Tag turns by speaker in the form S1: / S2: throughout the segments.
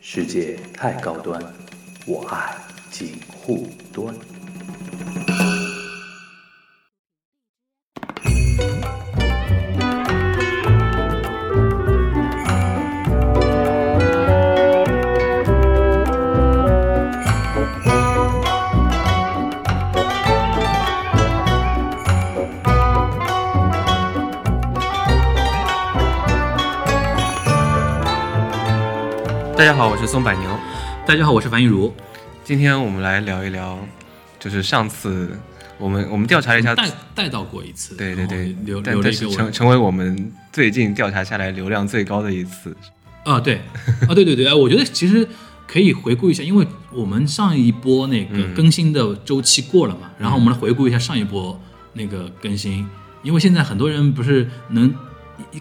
S1: 世界太高端，我爱锦护端。
S2: 大家好，我是松柏牛。
S3: 大家好，我是樊玉茹。
S2: 今天我们来聊一聊，就是上次我们我们调查了一下，
S3: 带带到过一次，
S2: 对对对
S3: 然后，留
S2: 但
S3: 留了
S2: 但
S3: 一
S2: 是
S3: 个
S2: 成
S3: 我
S2: 成为我们最近调查下来流量最高的一次。
S3: 啊，对啊，对对对，哎我觉得其实可以回顾一下，因为我们上一波那个
S2: 嗯
S3: 更新的周期过了嘛，然后我们来回顾一下上一波那个更新，因为现在很多人不是能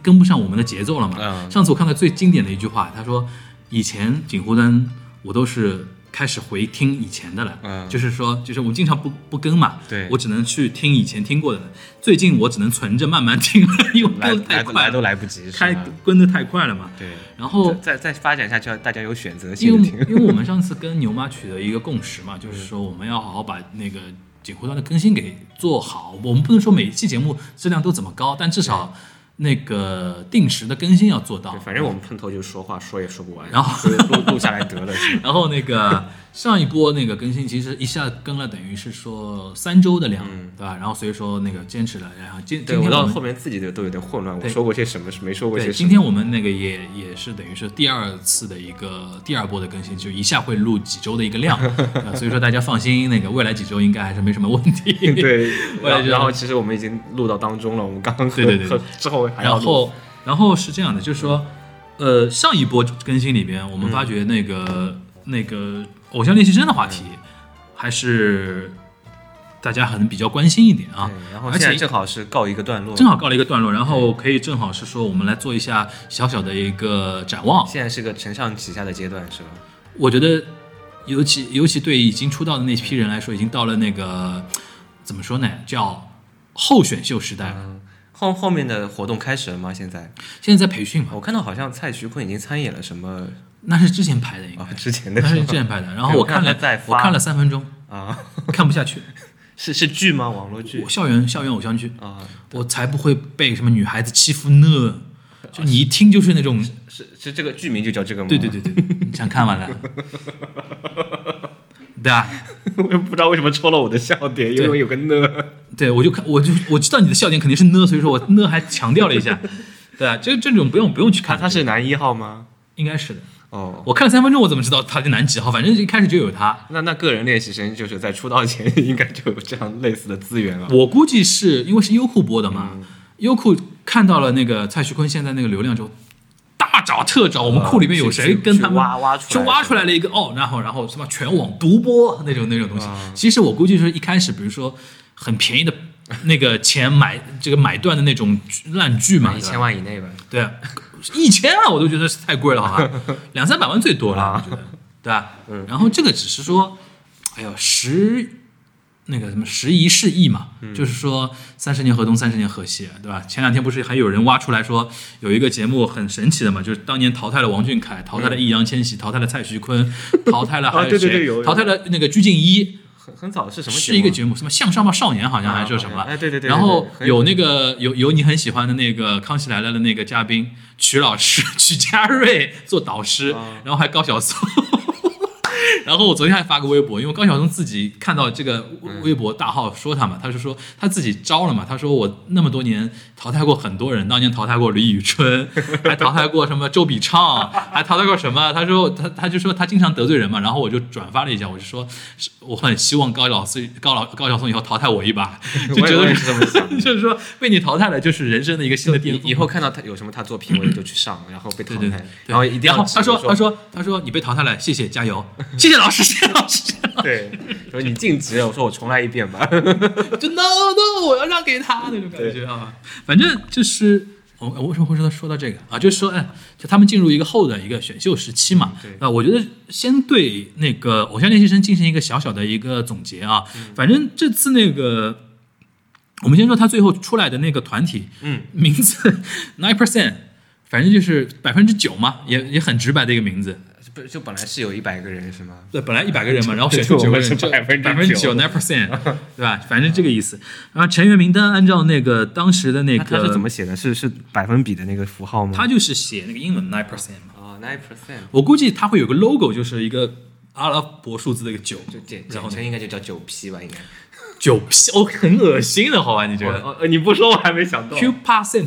S3: 跟不上我们的节奏了嘛。
S2: 嗯
S3: 上次我看到最经典的一句话，他说：“以前锦湖端我都是开始回听以前的了，
S2: 嗯
S3: 就是说，就是我们经常不不更嘛，
S2: 对
S3: 我只能去听以前听过的了。最近我只能存着慢慢听了，因为
S2: 来
S3: 更得太
S2: 来
S3: 快
S2: 来都
S3: 了，
S2: 来不及，是
S3: 开
S2: 吧？
S3: 跟的太快了嘛。
S2: 对，
S3: 然后
S2: 再再再发展下去，大家有选择
S3: 因为
S2: 性
S3: 我
S2: 的听。
S3: 因为我们上次跟牛妈取得一个共识 嘛，就是说我们要好好把那个锦湖端的更新给做好。我们不能说每一期节目质量都怎么高，但至少那个定时的更新要做到。
S2: 反正我们碰头就说话，说也说不完，
S3: 然后
S2: 所以录录下来得了。是
S3: 然后那个上一波那个更新，其实一下更了，等于是说三周的量，对吧？然后所以说那个坚持了，然后今
S2: 嗯对
S3: 今
S2: 我
S3: 天
S2: 到
S3: 们
S2: 后面自己都都有点混乱，我
S3: 对
S2: 说过些什么，没说过
S3: 对，
S2: 些什
S3: 今
S2: 么。
S3: 天我们那个也也是等于是第二次的一个第二波的更新，就一下会录几周的一 个量，呃所以说大家放心，那个未来几周应该还是没什么问题。
S2: 对，
S3: 我也
S2: 然后
S3: 觉得
S2: 然后其实我们已经录到当中了，我们刚刚喝
S3: 对对对
S2: 喝 之后 还要
S3: 然
S2: 录
S3: 后然后是这样的，就是说，呃，上一波更新里边，我们发觉那个、
S2: 嗯
S3: 那个偶像练习生的话题，还是大家很比较关心一点啊
S2: 对，。然后
S3: 而
S2: 现在
S3: 且
S2: 正好是告一个段落，
S3: 正好告了一个段落，然后可以正好是说，我们来做一下小小的一个展望。
S2: 现在是个承上启下的阶段，是吧？
S3: 我觉得，尤其尤其对已经出道的那批人来说，已经到了那个怎么说呢，叫候选秀时代了。
S2: 嗯后后面的活动开始了吗？现在
S3: 现在在培训嘛，
S2: 我看到好像蔡徐坤已经参演了什么
S3: 那是之前拍的，应该
S2: 啊？之前的
S3: 那
S2: 什
S3: 是之
S2: 么
S3: 前拍的。然后我看
S2: 我看
S3: 了
S2: 他在，发
S3: 我看了三分钟，
S2: 啊？
S3: 看不下去。
S2: 是 是剧吗？网络剧
S3: 我校园校园偶像剧，
S2: 啊？
S3: 我才不会被什么女孩子欺负呢。就你一听就是那种，
S2: 是是这个剧名就叫这个吗？
S3: 对对，对对，你想看完了，对啊吧？
S2: 我也不知道为什么戳了我的笑点，因为有个呢。
S3: 对，我就看，我就我知道你的笑点肯定是呢，所以说我呢还强调了一 下，对啊，这这种不用不用去
S2: 他
S3: 看，
S2: 他是男一号吗？
S3: 应该是的。
S2: 哦，
S3: 我看了三分钟，我怎么知道他是男几号？反正一开始就有他，
S2: 那那个人练习生就是在出道前 应该就有这样类似的资源了。
S3: 我估计是因为是优酷播的嘛，优酷看到了那个蔡徐坤现在那个流量之后，大找特找，我们库里面有谁
S2: 去去
S3: 跟
S2: 去
S3: 他们
S2: 挖挖出来
S3: 去挖出来了一个哦，然后然后什么全网独播那种那种东西。其实我估计是一开始，比如说很便宜的那个钱买这个买断的那种烂剧嘛，
S2: 一
S3: 对吧
S2: 千万以内吧，
S3: 对，啊一千啊，我都觉得是太贵了，好吧，两三百万最多
S2: 啊
S3: 了，我觉得，对吧？嗯。然后这个只是说，哎呦，时那个什么时移世易嘛，
S2: 嗯
S3: 就是说三十年河东，三十年河西，对吧？前两天不是还有人挖出来说有一个节目很神奇的嘛，就是当年淘汰了王俊凯，淘汰了易烊千玺，淘汰了蔡徐坤，淘汰了还有谁？
S2: 啊对对对有有
S3: 淘汰了那个鞠婧祎。
S2: 很很早是什么？啊
S3: 是一个节目，什么向上吧少年，好像还是什么
S2: 啊？哎对对对对
S3: 然后
S2: 对很
S3: 有那个有有你很喜欢的那个《康熙来了》的那个嘉宾曲老师 曲家瑞做导师，
S2: 啊
S3: 然后还高晓松。然后我昨天还发个微博，因为高晓松自己看到这个微
S2: 嗯
S3: 微博大号说他嘛，他是说他自己招了嘛，他说我那么多年淘汰过很多人，当年淘汰过李宇春，还淘汰过什么周笔畅，还淘汰过什么？他说他他就说他经常得罪人嘛，然后我就转发了一下，我就说是我很希望高老师高老高晓松以后淘汰我 一把，就觉
S2: 我
S3: 得
S2: 也是这么想的
S3: 就是说被你淘汰了就是人生的一个新的巅
S2: 以
S3: 峰。
S2: 以后看到他有什么他作品，我也就去上，然后被淘
S3: 对
S2: 汰，
S3: 对对，
S2: 然后一定要
S3: 然后
S2: 指
S3: 他说
S2: 着
S3: 他说他说你被淘汰了，谢谢加 油，谢谢老师，谢谢老师。谢谢老师
S2: 对， 说你晋级了，我说我重来一遍吧。
S3: 就 no no，我要让给他那种感觉啊。反正就是我我为什么会说到说到这个啊？就是说，哎，就他们进入一个后的一个选秀时期嘛。
S2: 对
S3: 啊，我觉得先对那个偶像练习生进行一个小小的一个总结啊。
S2: 嗯
S3: 反正这次那个。我们先说他最后出来的那个团体，
S2: 嗯，
S3: 名字 Nine Percent 反正就是百分之九嘛，也也很直白的一个名字。
S2: 不 就本来是有一百个人是吗？
S3: 对，本来一百个人嘛，然后选
S2: 就
S3: 出
S2: 我
S3: 九个
S2: 们
S3: 人，
S2: 是
S3: 就
S2: 百分之
S3: 百分之九 nine percent，对吧？反正这个意思。然后成员名单按照那个当时的那
S2: 那
S3: 个，
S2: 他是怎么写的？是是百分比的那个符号吗？
S3: 他就是写那个英文 nine percent 嘛。
S2: 啊，nine percent
S3: 我估计他会有个 logo，就是一个阿拉伯数字的一个九，
S2: 简
S3: 然后呢
S2: 称应该就叫九 P 吧，应该。
S3: 九 P，哦，很恶心的，好吧？你觉得
S2: 哦哦，你不说我还没想到
S3: Q percent，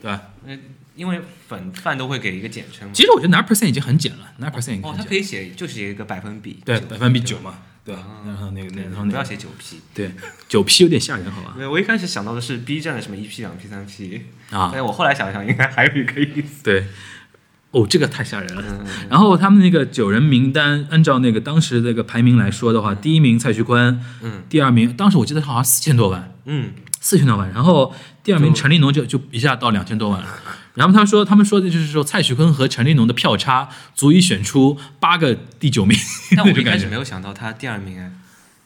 S3: 对吧？
S2: 呃因为粉饭都会给一个简称嘛。
S3: 其实我觉得 nine percent 已经很简了，nine percent 已经
S2: 哦，
S3: 很
S2: 他
S3: 简
S2: 可
S3: 了，
S2: 以写就写一个百分比，
S3: 对，
S2: 9
S3: 百分比九嘛，对吧？
S2: 嗯
S3: 然后那个，那个然后
S2: 不
S3: 那
S2: 要
S3: 个，
S2: 写九 P。
S3: 对，九 P 有点吓人，好吧？
S2: 对，我一开始想到的是 B 站的什么一 P 两 P 三 P，
S3: 啊，
S2: 但我后来想想，应该还有一个意思。
S3: 对，哦，这个太吓人了。
S2: 嗯
S3: 然后他们那个九人名单，按照那个当时那个排名来说的话，第一名蔡徐坤，
S2: 嗯，
S3: 第二名当时我记得好像四千多万，
S2: 嗯，
S3: 四千多万，然后第二名陈立农就就一下到两千多万了。然后他说，他们说的就是说蔡徐坤和陈立农的票差足以选出八个第九名，
S2: 但我
S3: 那
S2: 一
S3: 种
S2: 开
S3: 感
S2: 始
S3: 觉
S2: 没。有想到他第二名哎，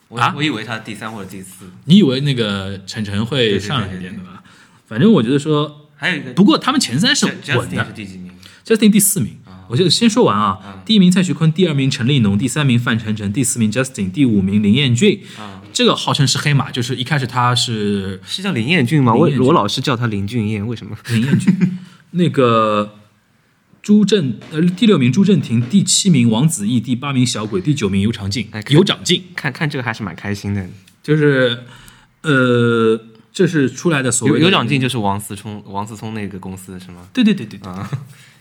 S2: 我、
S3: 啊
S2: 我以为他第三或者第四。
S3: 你以为那个晨晨会上来一
S2: 对对对
S3: 点
S2: 对
S3: 的吧？反正我觉得说，
S2: 还有一个
S3: 不过他们前三是
S2: Ju-
S3: 稳
S2: Justin
S3: 的
S2: 是。第几名？
S3: Justin 第四名，我就先说完啊。第一名蔡徐坤，第二名陈立农，第三名范丞丞，第四名 Justin，第五名林彦俊。
S2: 啊
S3: 这个号称是黑马，就是一开始他是
S2: 是叫林彦俊吗？
S3: 我林彦俊
S2: 我老是叫他林俊彦，为什么？
S3: 林彦俊，那个朱振呃第六名朱振廷，第七名王子异，第八名小鬼，第九名有长进
S2: 哎，可以
S3: 有长进
S2: 看看这个还是蛮开心的。
S3: 就是呃这是出来的所
S2: 有
S3: 谓的
S2: 有长进，就是王思聪，王思聪那个公司是吗？
S3: 对对对对对，
S2: 啊，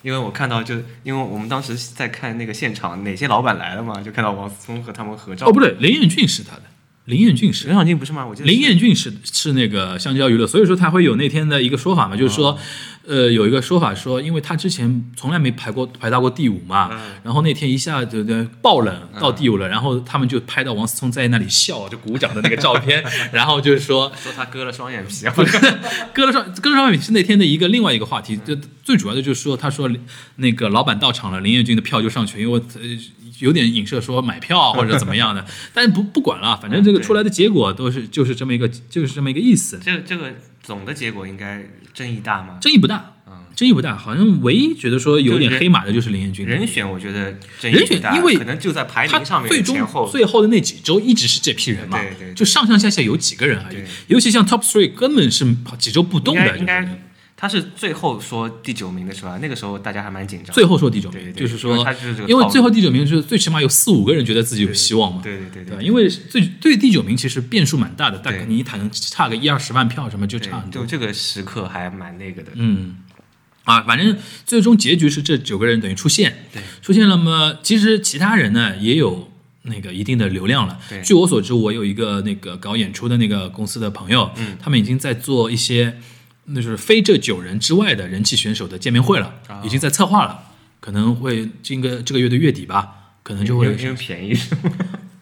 S2: 因为我看到就因为我们当时在看那个现场哪些老板来了嘛，就看到王思聪和他们合照。
S3: 哦不，对，林彦俊是他的，林彦俊是
S2: 刘长进不是吗？我记得是
S3: 林彦俊是是那个香蕉娱乐，所以说他会有那天的一个说法嘛，就是说，呃，有一个说法说，因为他之前从来没排过排到过第五嘛，然后那天一下子就爆冷到第五了，然后他们就拍到王思聪在那里笑就鼓掌的那个照片，然后就是说。
S2: 说他割了双眼皮，啊
S3: 割了双割了双眼皮是那天的一个另外一个话题，就最主要的就是说，他说那个老板到场了，林彦俊的票就上去，因为呃有点影射说买票啊或者怎么样的，但是不不管了，反正这个出来的结果都是就是这么一个就是这么一个意思，
S2: 这个这个总的结果应该争议大吗？
S3: 争议不大，争议不大，好像唯一觉得说有点
S2: 就是人
S3: 黑马的就是林彦俊，
S2: 人选我觉得争
S3: 人
S2: 议
S3: 选
S2: 不大，
S3: 因为
S2: 可能就在排
S3: 他
S2: 名上面
S3: 最终
S2: 前后。
S3: 最后的那几周一直是这批人嘛，
S2: 对对对
S3: 就上上下下有几个人而已
S2: 对，
S3: 尤其像 Top Three 根本是几周不动
S2: 应该
S3: 的，
S2: 应
S3: 就是
S2: 该他是最后说第九名的时候啊，那个时候大家还蛮紧张。
S3: 最后说第九名，
S2: 对对对
S3: 就是说
S2: 他就是这，个
S3: 因为
S2: 套路
S3: 最后第九名就是最起码有四五个人觉得自己有希望嘛，
S2: 对对对
S3: 对吧？
S2: 对，
S3: 因为最对第九名其实变数蛮大的，大概
S2: 对
S3: 你可能差个一二十万票什么就差很
S2: 对
S3: 多
S2: 就，这个时刻还蛮那个的。
S3: 嗯，啊，反正最终结局是这九个人等于出现，
S2: 对，
S3: 出现了嘛。其实其他人呢也有那个一定的流量了。
S2: 对
S3: 据我所知，我有一个那个搞演出的那个公司的朋友，嗯，他们已经在做一些，那就是非这九人之外的人气选手的见面会了，
S2: 啊
S3: 已经在策划了，可能会今个这个月的月底吧，可能就
S2: 因
S3: 会
S2: 为因为便宜是吗？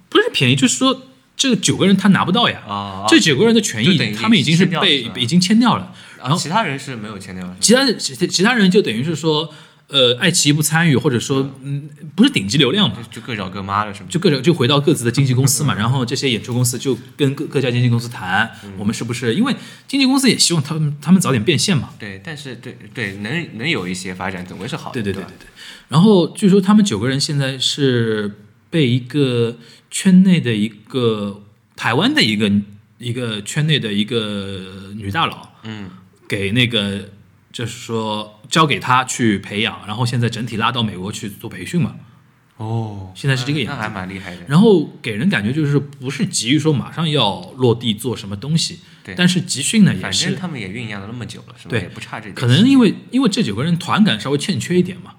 S3: 不是便宜，就是说这九个人他拿不到呀。
S2: 啊
S3: 这九个人的权
S2: 就等
S3: 益，
S2: 于
S3: 他们已经是
S2: 签掉了
S3: 被
S2: 是吧
S3: 已经签掉了，然后
S2: 其他人是没有签掉的。
S3: 哦其他其其他人就等于是说，呃，爱奇艺不参与，或者说，嗯，不是顶级流量嘛，
S2: 就各找各妈了是吗？
S3: 就各种就回到各自的经纪公司嘛，然后这些演出公司就跟各各家经纪公司谈，我们是不是因为经纪公司也希望他们他们早点变现嘛？
S2: 对，但是对对，能能有一些发展，总归是好的。
S3: 对
S2: 对
S3: 对对
S2: 吧
S3: 嗯对对。然后据说他们九个人现在是被一个圈内的一个台湾的一个一个圈内的一个女大佬，
S2: 嗯，
S3: 给那个就是说交给他去培养，然后现在整体拉到美国去做培训嘛，
S2: 哦，
S3: 现在是这个
S2: 那
S3: 样
S2: 那
S3: 子。
S2: 还蛮厉害的。
S3: 然后给人感觉就是不是急于说马上要落地做什么东西，
S2: 对
S3: 但是集训呢也
S2: 反
S3: 是
S2: 正他们也酝酿了那么久了，是吧？
S3: 对
S2: 也不差这点
S3: 可能因为因为这九个人团感稍微欠缺一点嘛，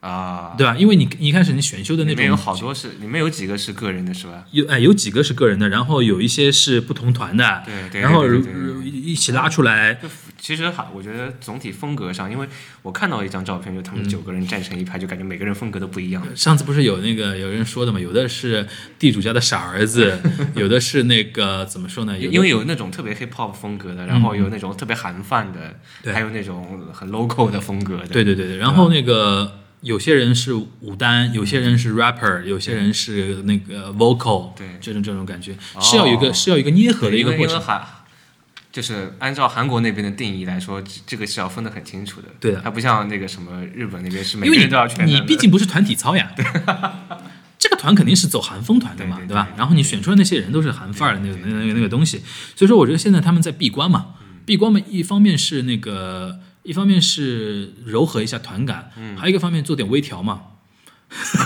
S2: 啊，
S3: 对吧？因为你一开始你选修的那
S2: 里
S3: 种
S2: 面有好多是，里面有几个是个人的，是吧？
S3: 有哎，有几个是个人的，然后有一些是不同团的，
S2: 对对
S3: 然后
S2: 对对对
S3: 如一起拉出来，
S2: 就其实还我觉得总体风格上，因为我看到一张照片，就他
S3: 嗯
S2: 们九个人站成一排，就感觉每个人风格都不一样。
S3: 上次不是有那个有人说的嘛，有的是地主家的傻 儿子，有的是那个怎么说呢？有的嗯
S2: 因为有那种特别 hip hop 风格的，然后有那种特别韩范的，
S3: 对
S2: 还有那种很 local 的风格的。
S3: 对对对对，然后那个有些人是舞担，有些人是 rapper，有些人是那个 vocal，
S2: 嗯对
S3: 这种这种感觉
S2: 哦
S3: 是要有一个是要有一个捏合的一
S2: 因
S3: 个
S2: 为
S3: 过
S2: 因为
S3: 程。
S2: 韩，就是按照韩国那边的定义来说，这这个是要分得很清楚的。
S3: 对的
S2: 它不像那个什么日本那边是每
S3: 因
S2: 个
S3: 为
S2: 人都要全
S3: 你
S2: 能的
S3: 你毕竟不是团体操呀， 这个团肯定是走韩风团的嘛
S2: 对，对
S3: 对吧
S2: 对？对
S3: 然后你选出来那些人都是韩范儿的那个那个那个那个东西，所以说我觉得现在他们在闭关嘛，
S2: 嗯
S3: 闭关嘛，一方面是那个，一方面是柔和一下团感，
S2: 嗯
S3: 还有一个方面做点微调嘛，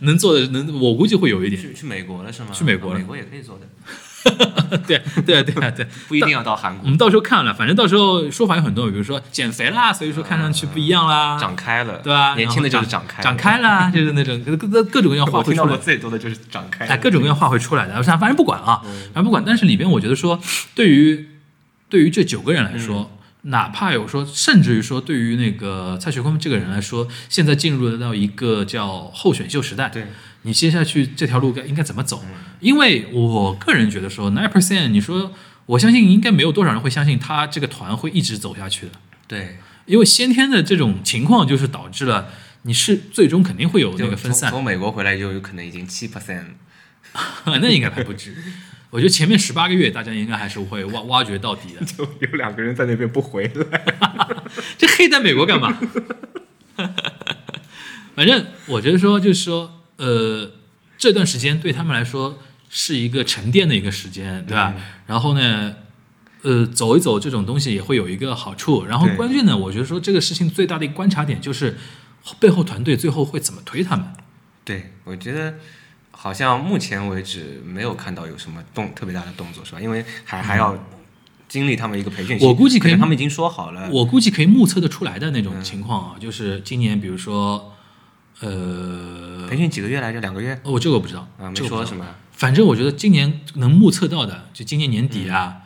S3: 能做的能，我估计会有一点，
S2: 去去美国了是吗？
S3: 去美国了
S2: 啊美国也可以做的，
S3: 对对啊对对，
S2: 不一定要到韩
S3: 我
S2: 国。
S3: 们到时候看了，反正到时候说法有很多，比如说减肥啦，所以说看上去不一样啦，
S2: 啊长开了，
S3: 啊对吧？
S2: 年轻的就是
S3: 然后
S2: 长开，
S3: 长开 啦，就是那种各各各种各样话
S2: 我
S3: 会
S2: 听
S3: 出
S2: 到嗯过
S3: 来，
S2: 最多的就是长开。
S3: 哎，各种各样话会出来的。然后反正不管啊，反正不管。但是里边我觉得说，对于对于这九个人来
S2: 嗯
S3: 说，哪怕有说，甚至于说，对于那个蔡徐坤这个人来说，现在进入了到一个叫候选秀时代，
S2: 对，
S3: 你接下去这条路该应该怎么走？因为我个人觉得说，nine percent，你说我相信应该没有多少人会相信他这个团会一直走下去的。
S2: 对，
S3: 因为先天的这种情况，就是导致了你是最终肯定会有那
S2: 就
S3: 个分散
S2: 从，从美国回来就有可能已经七 percent，
S3: 那应该还不止。我觉得前面十八个月，大家应该还是会挖挖掘到底的。
S2: 就有两个人在那边不回来。
S3: 这黑在美国 干嘛？反正我觉得说，就是说，呃，这段时间对他们来说是一个沉淀的一个时间，对
S2: 嗯
S3: 吧？然后呢，呃，走一走这种东西也会有一个好处。然后
S2: 对
S3: 关键呢，我觉得说这个事情最大的一个观察点就是背后团队最后会怎么推他们。
S2: 对，我觉得好像目前为止没有看到有什么动特别大的动作，是吧？因为还还要经历他们一个培训期，
S3: 嗯我估计可以
S2: 能他们已经说好了。
S3: 我估计可以目测的出来的那
S2: 嗯
S3: 种情况啊，就是今年比如说，呃，
S2: 培训几个月来着？两个月
S3: 哦，这个我不知道
S2: 啊，没
S3: 这个我不知
S2: 说
S3: 道
S2: 什么
S3: 反正我觉得今年能目测到的，就今年年底啊，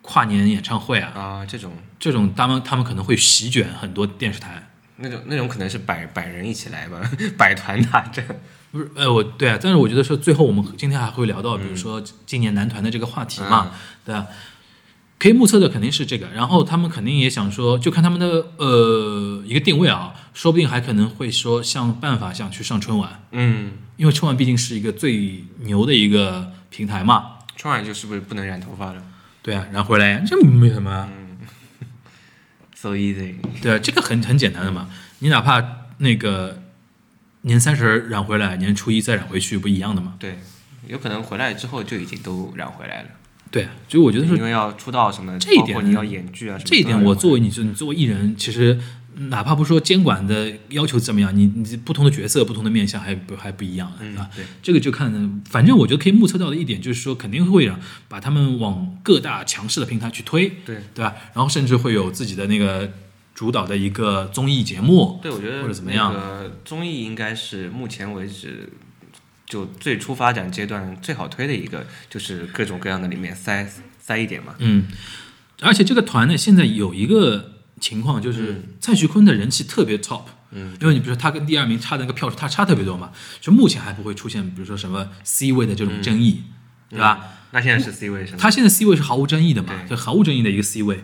S3: 跨年演唱会啊，
S2: 啊，这种
S3: 这种他们他们可能会席卷很多电视台。
S2: 那种那种可能是百百人一起来吧， 百团大战。
S3: 不是，呃，我对啊，但是我觉得说最后我们今天还会聊到，比如说今年男团的这个话题嘛，对吧？可以目测的肯定是这个，然后他们肯定也想说，就看他们的呃一个定位啊，说不定还可能会说像办法想去上春晚，
S2: 嗯，
S3: 因为春晚毕竟是一个最牛的一个平台嘛，
S2: 春晚就是不是不能染头发了
S3: 对啊，然后回来这没什么啊，
S2: ？So easy。
S3: 对啊，这个很很简单的嘛，你哪怕那个年三十染回来，年初一再染回去，不一样的嘛，
S2: 对，有可能回来之后就已经都染回来了，
S3: 对啊，所以我觉得说
S2: 因为要出道什么，
S3: 这一点
S2: 包括你要演剧啊什么。
S3: 这一点，我作为你就你作为艺人，其实哪怕不说监管的要求怎么样，你你不同的角色、不同的面相还不还不一样，
S2: 嗯
S3: 是吧？
S2: 对
S3: 这个就看，反正我觉得可以目测到的一点就是说，肯定会让把他们往各大强势的平台去推，
S2: 对
S3: 对吧？然后甚至会有自己的那个主导的一个综艺节目，
S2: 对，我觉得
S3: 或者怎么样
S2: 那个综艺应该是目前为止就最初发展阶段最好推的一个，就是各种各样的里面塞塞一点嘛。
S3: 嗯，而且这个团呢，现在有一个情况就是蔡徐坤的人气特别 top，
S2: 嗯，
S3: 因为你比如说他跟第二名差的那个票数，他差特别多嘛，就目前还不会出现比如说什么 C 位的这种争
S2: 嗯
S3: 议，对吧？
S2: 那现在是 C 位是吗？哦
S3: 他现在 C 位是毫无争议的嘛，
S2: 对
S3: 就毫无争议的一个 C 位，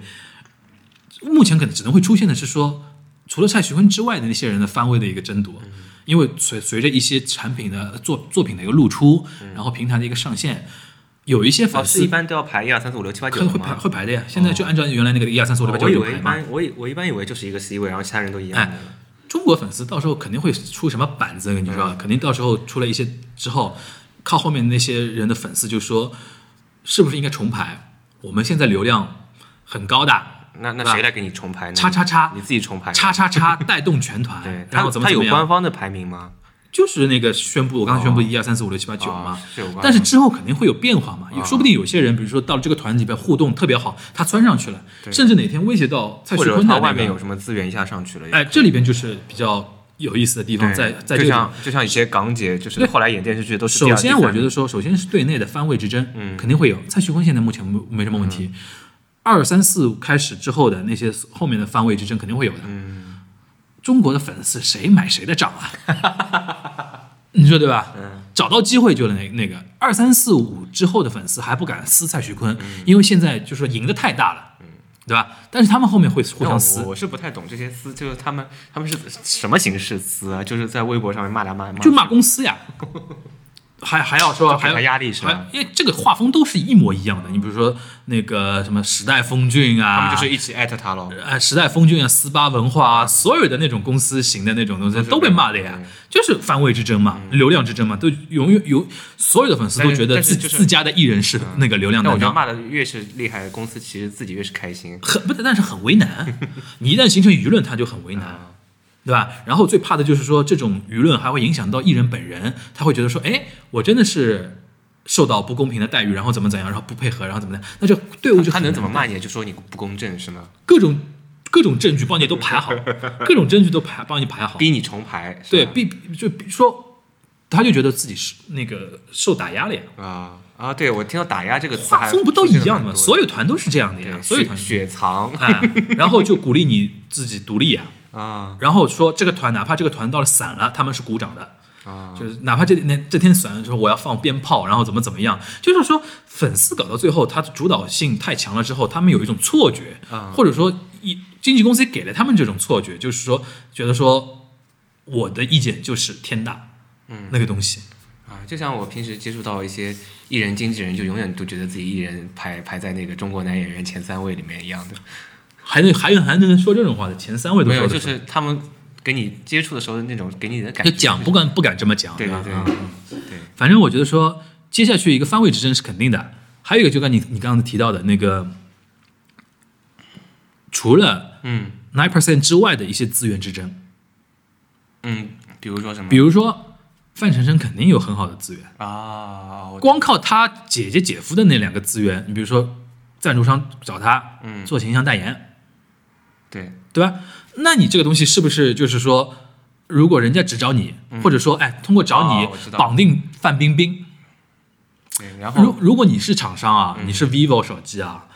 S3: 目前可能只能会出现的是说。除了蔡徐坤之外的那些人的番位的一个争夺，
S2: 嗯
S3: 因为随随着一些产品的作作品的一个露出，然后平台的一个上线，有一些
S2: 嗯哦，
S3: 粉
S2: 是一
S3: 丝
S2: 般都要排一二三四五六七八
S3: 可
S2: 九
S3: 能会排
S2: 吗？
S3: 会排的呀。现在就按照原来那个一二三四五六
S2: 哦
S3: 八九
S2: 我以
S3: 九
S2: 为
S3: 排
S2: 一
S3: 嘛。
S2: 般，我以我一般以为就是一个 C 位，然后其他人都一样的。
S3: 哎中国粉丝到时候肯定会出什么板子，跟你
S2: 嗯
S3: 说，肯定到时候出了一些之后，靠后面那些人的粉丝就说，是不是应该重排？我们现在流量很高
S2: 哎
S3: 的，
S2: 那那
S3: 对吧
S2: 谁来给你重排呢？
S3: 叉叉叉
S2: 你自己重排。
S3: 叉。叉叉带动全团
S2: 对，，
S3: 哎然
S2: 他
S3: 后怎么
S2: 他
S3: 怎
S2: 有
S3: 么
S2: 官
S3: 样，
S2: 方的排名吗？
S3: 就是那个宣布，我刚刚宣布
S2: 哦
S3: 一二三四五六七八九嘛
S2: 哦。是有官方。
S3: 但是之后肯定会有变化嘛，有说不定有些人，比如说到了这个团里边互动特别好，他窜上去了，甚至哪天威胁到蔡
S2: 或
S3: 徐
S2: 者
S3: 坤
S2: 他
S3: 的
S2: 外
S3: 那
S2: 面
S3: 个
S2: 有，什么资源一下上去了也。
S3: 哎，这里边就是比较有意思的地方，
S2: 对，
S3: 在在这
S2: 就
S3: 个地
S2: 像
S3: 方
S2: 就像一些港姐，就是
S3: 对
S2: 后来演电视剧都是第
S3: 首
S2: 二。
S3: 先，
S2: 第三
S3: 我觉得说，首先是队内的番位之争，嗯，肯定会有。蔡徐坤现在目前没没什么问
S2: 嗯
S3: 题，二三四开始之后的那些后面的番位之争肯定会有的。嗯，中国的粉丝谁买谁的账啊？ 你说对吧？嗯，找到机会就是那那个二三四五之后的粉丝还不敢撕蔡徐坤，
S2: 嗯
S3: 因为现在就是说赢得太大了，嗯，对吧？但是他们后面会互
S2: 但
S3: 相
S2: 我
S3: 撕，
S2: 我是不太懂这些撕，就是他们 他们是什么形式撕啊？就是在微博上面骂来骂去
S3: 就骂公司呀，还还要说
S2: 给
S3: 还
S2: 他
S3: 要
S2: 压力是吧
S3: 还因为这个画风都是一模一样的。你比如说那个什么时代风骏啊，
S2: 他们就是一起艾特他喽。
S3: 哎，时代风骏啊、斯巴文化啊，所有的那种公司型的那种东西都被骂的呀，就是番位之争嘛，流量之争嘛，都永远有所有的粉丝都觉
S2: 嗯
S3: 得
S2: 但是
S3: 自、
S2: 但是就是嗯
S3: 自家的艺人是那个流量
S2: 但我
S3: 担
S2: 觉得
S3: 当，
S2: 骂的越是厉害，公司其实自己越是开心。
S3: 很不，但是很为 难。你一旦形成舆论，它就很为难。
S2: 啊
S3: 对吧？然后最怕的就是说，这种舆论还会影响到艺人本人，他会觉得说，哎，我真的是受到不公平的待遇，然后怎么怎样，然后不配合，然后怎么的，那就队伍就
S2: 他
S3: 很
S2: 能
S3: 难
S2: 怎么骂你？就说你不公正是吗？
S3: 各种各种证据帮你都排好，各种证据都排帮你排好，
S2: 逼你重排。是
S3: 哦对，
S2: 吧
S3: 必就比说，他就觉得自己是那个受打压了呀。
S2: 啊啊！对我听到打压这个词还
S3: 画风不都一样吗？所
S2: 有
S3: 有团都是这样的呀，所有
S2: 雪
S3: 团都是
S2: 雪 藏
S3: 哎，然后就鼓励你自己独立呀。
S2: 啊
S3: 然后说这个团哪怕这个团到了散了，他们是鼓掌的，
S2: 啊！
S3: 就是哪怕这那这天散了之后我要放鞭炮，然后怎么怎么样，就是说粉丝搞到最后，他的主导性太强了之后，他们有一种错觉，
S2: 啊
S3: 或者说一经纪公司给了他们这种错觉，就是说觉得说我的意见就是天大，嗯，那个东西，
S2: 啊，就像我平时接触到一些艺人经纪人，就永远都觉得自己艺人排排在那个中国男演员前三位里面一样的。
S3: 还能还能还能说这种话的，前三位都
S2: 没
S3: 说
S2: 有，
S3: 得
S2: 就
S3: 出来
S2: 是他们给你接触的时候的那种给你的感
S3: 就
S2: 觉，
S3: 讲不敢不敢这么讲，
S2: 对
S3: 吧
S2: 对对
S3: 啊
S2: 对，
S3: 反正我觉得说，接下去一个番位之争是肯定的，还有一个就刚你你刚刚提到的那个，除了
S2: 嗯
S3: nine percent 之外的一些资源之争，
S2: 嗯，比如说什么？
S3: 比如说范丞丞肯定有很好的资源，
S2: 啊，我
S3: 光靠他姐姐姐夫的那两个资源，你比如说赞助商找他，
S2: 嗯
S3: 做形象代言，
S2: 对
S3: 对吧？那你这个东西是不是就是说，如果人家只找你，或者说哎通过找你
S2: 嗯哦我知道
S3: 绑定范冰冰？
S2: 对，然
S3: 如
S2: 后嗯
S3: 如果你是厂商啊，你是 vivo 手机啊，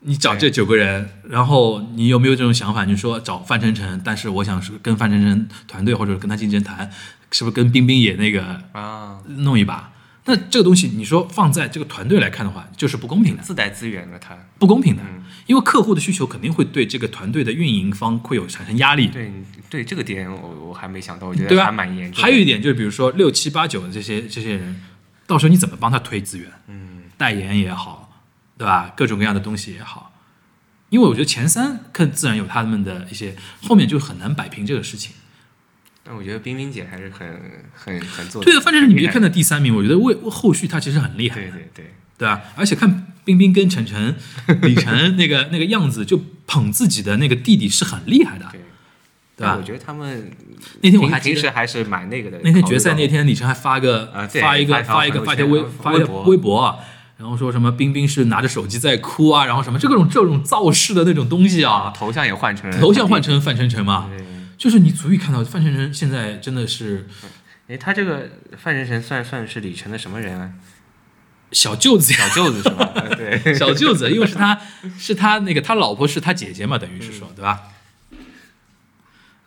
S3: 你找这九个人，然后你有没有这种想法？你说找范丞丞，但是我想是跟范丞丞团队或者跟他经纪人谈，是不是跟冰冰也那个
S2: 啊，
S3: 弄一把？那这个东西，你说放在这个团队来看的话，就是不公平的，
S2: 自带资源了他。
S3: 不公平的
S2: 嗯，
S3: 因为客户的需求肯定会对这个团队的运营方会有产生压力，
S2: 对对，这个点我我还没想到，我觉得
S3: 对吧？
S2: 还蛮严重的。
S3: 还有一点就是，比如说六七八九的这些这些人，到时候你怎么帮他推资源？
S2: 嗯
S3: 代言也好，对吧？各种各样的东西也好，因为我觉得前三更自然有他们的一些，后面就很难摆平这个事情。，
S2: 但我觉得冰冰姐还是很很很做
S3: 对啊的，范丞丞，你别看
S2: 到
S3: 到第三名，我觉得为后续他其实很厉害，
S2: 对对对
S3: 对吧？而且看冰冰跟 晨晨、李晨那个那个样子，就捧自己的那个弟弟是很厉害的。
S2: 对，
S3: 对吧
S2: 但我觉得他们
S3: 那天我还
S2: 平
S3: 记
S2: 平时
S3: 得，
S2: 还是蛮那个的。
S3: 那天决赛
S2: 考虑
S3: 那天李晨还发个、
S2: 啊对
S3: 发一个
S2: 发
S3: 发
S2: 一
S3: 一
S2: 条
S3: 个
S2: 朋友
S3: 发一条
S2: 圈
S3: 微
S2: 发
S3: 发一
S2: 微
S3: 条
S2: 博
S3: 微博啊。然后说什么冰冰是拿着手机在哭啊，然后什么这种这种造势的那种东西
S2: 到
S3: 啊，
S2: 头像也换成了
S3: 头像换成范丞丞嘛，
S2: 对。
S3: 就是你足以看到范丞丞现在真的是
S2: 哎，他这个范丞丞算算是李晨的什么人啊？
S3: 小舅子呀，
S2: 小舅子是 吧？呃对，
S3: 小舅 子，因为是他是他那个他老婆是他姐姐嘛，等于是
S2: 嗯
S3: 说对吧？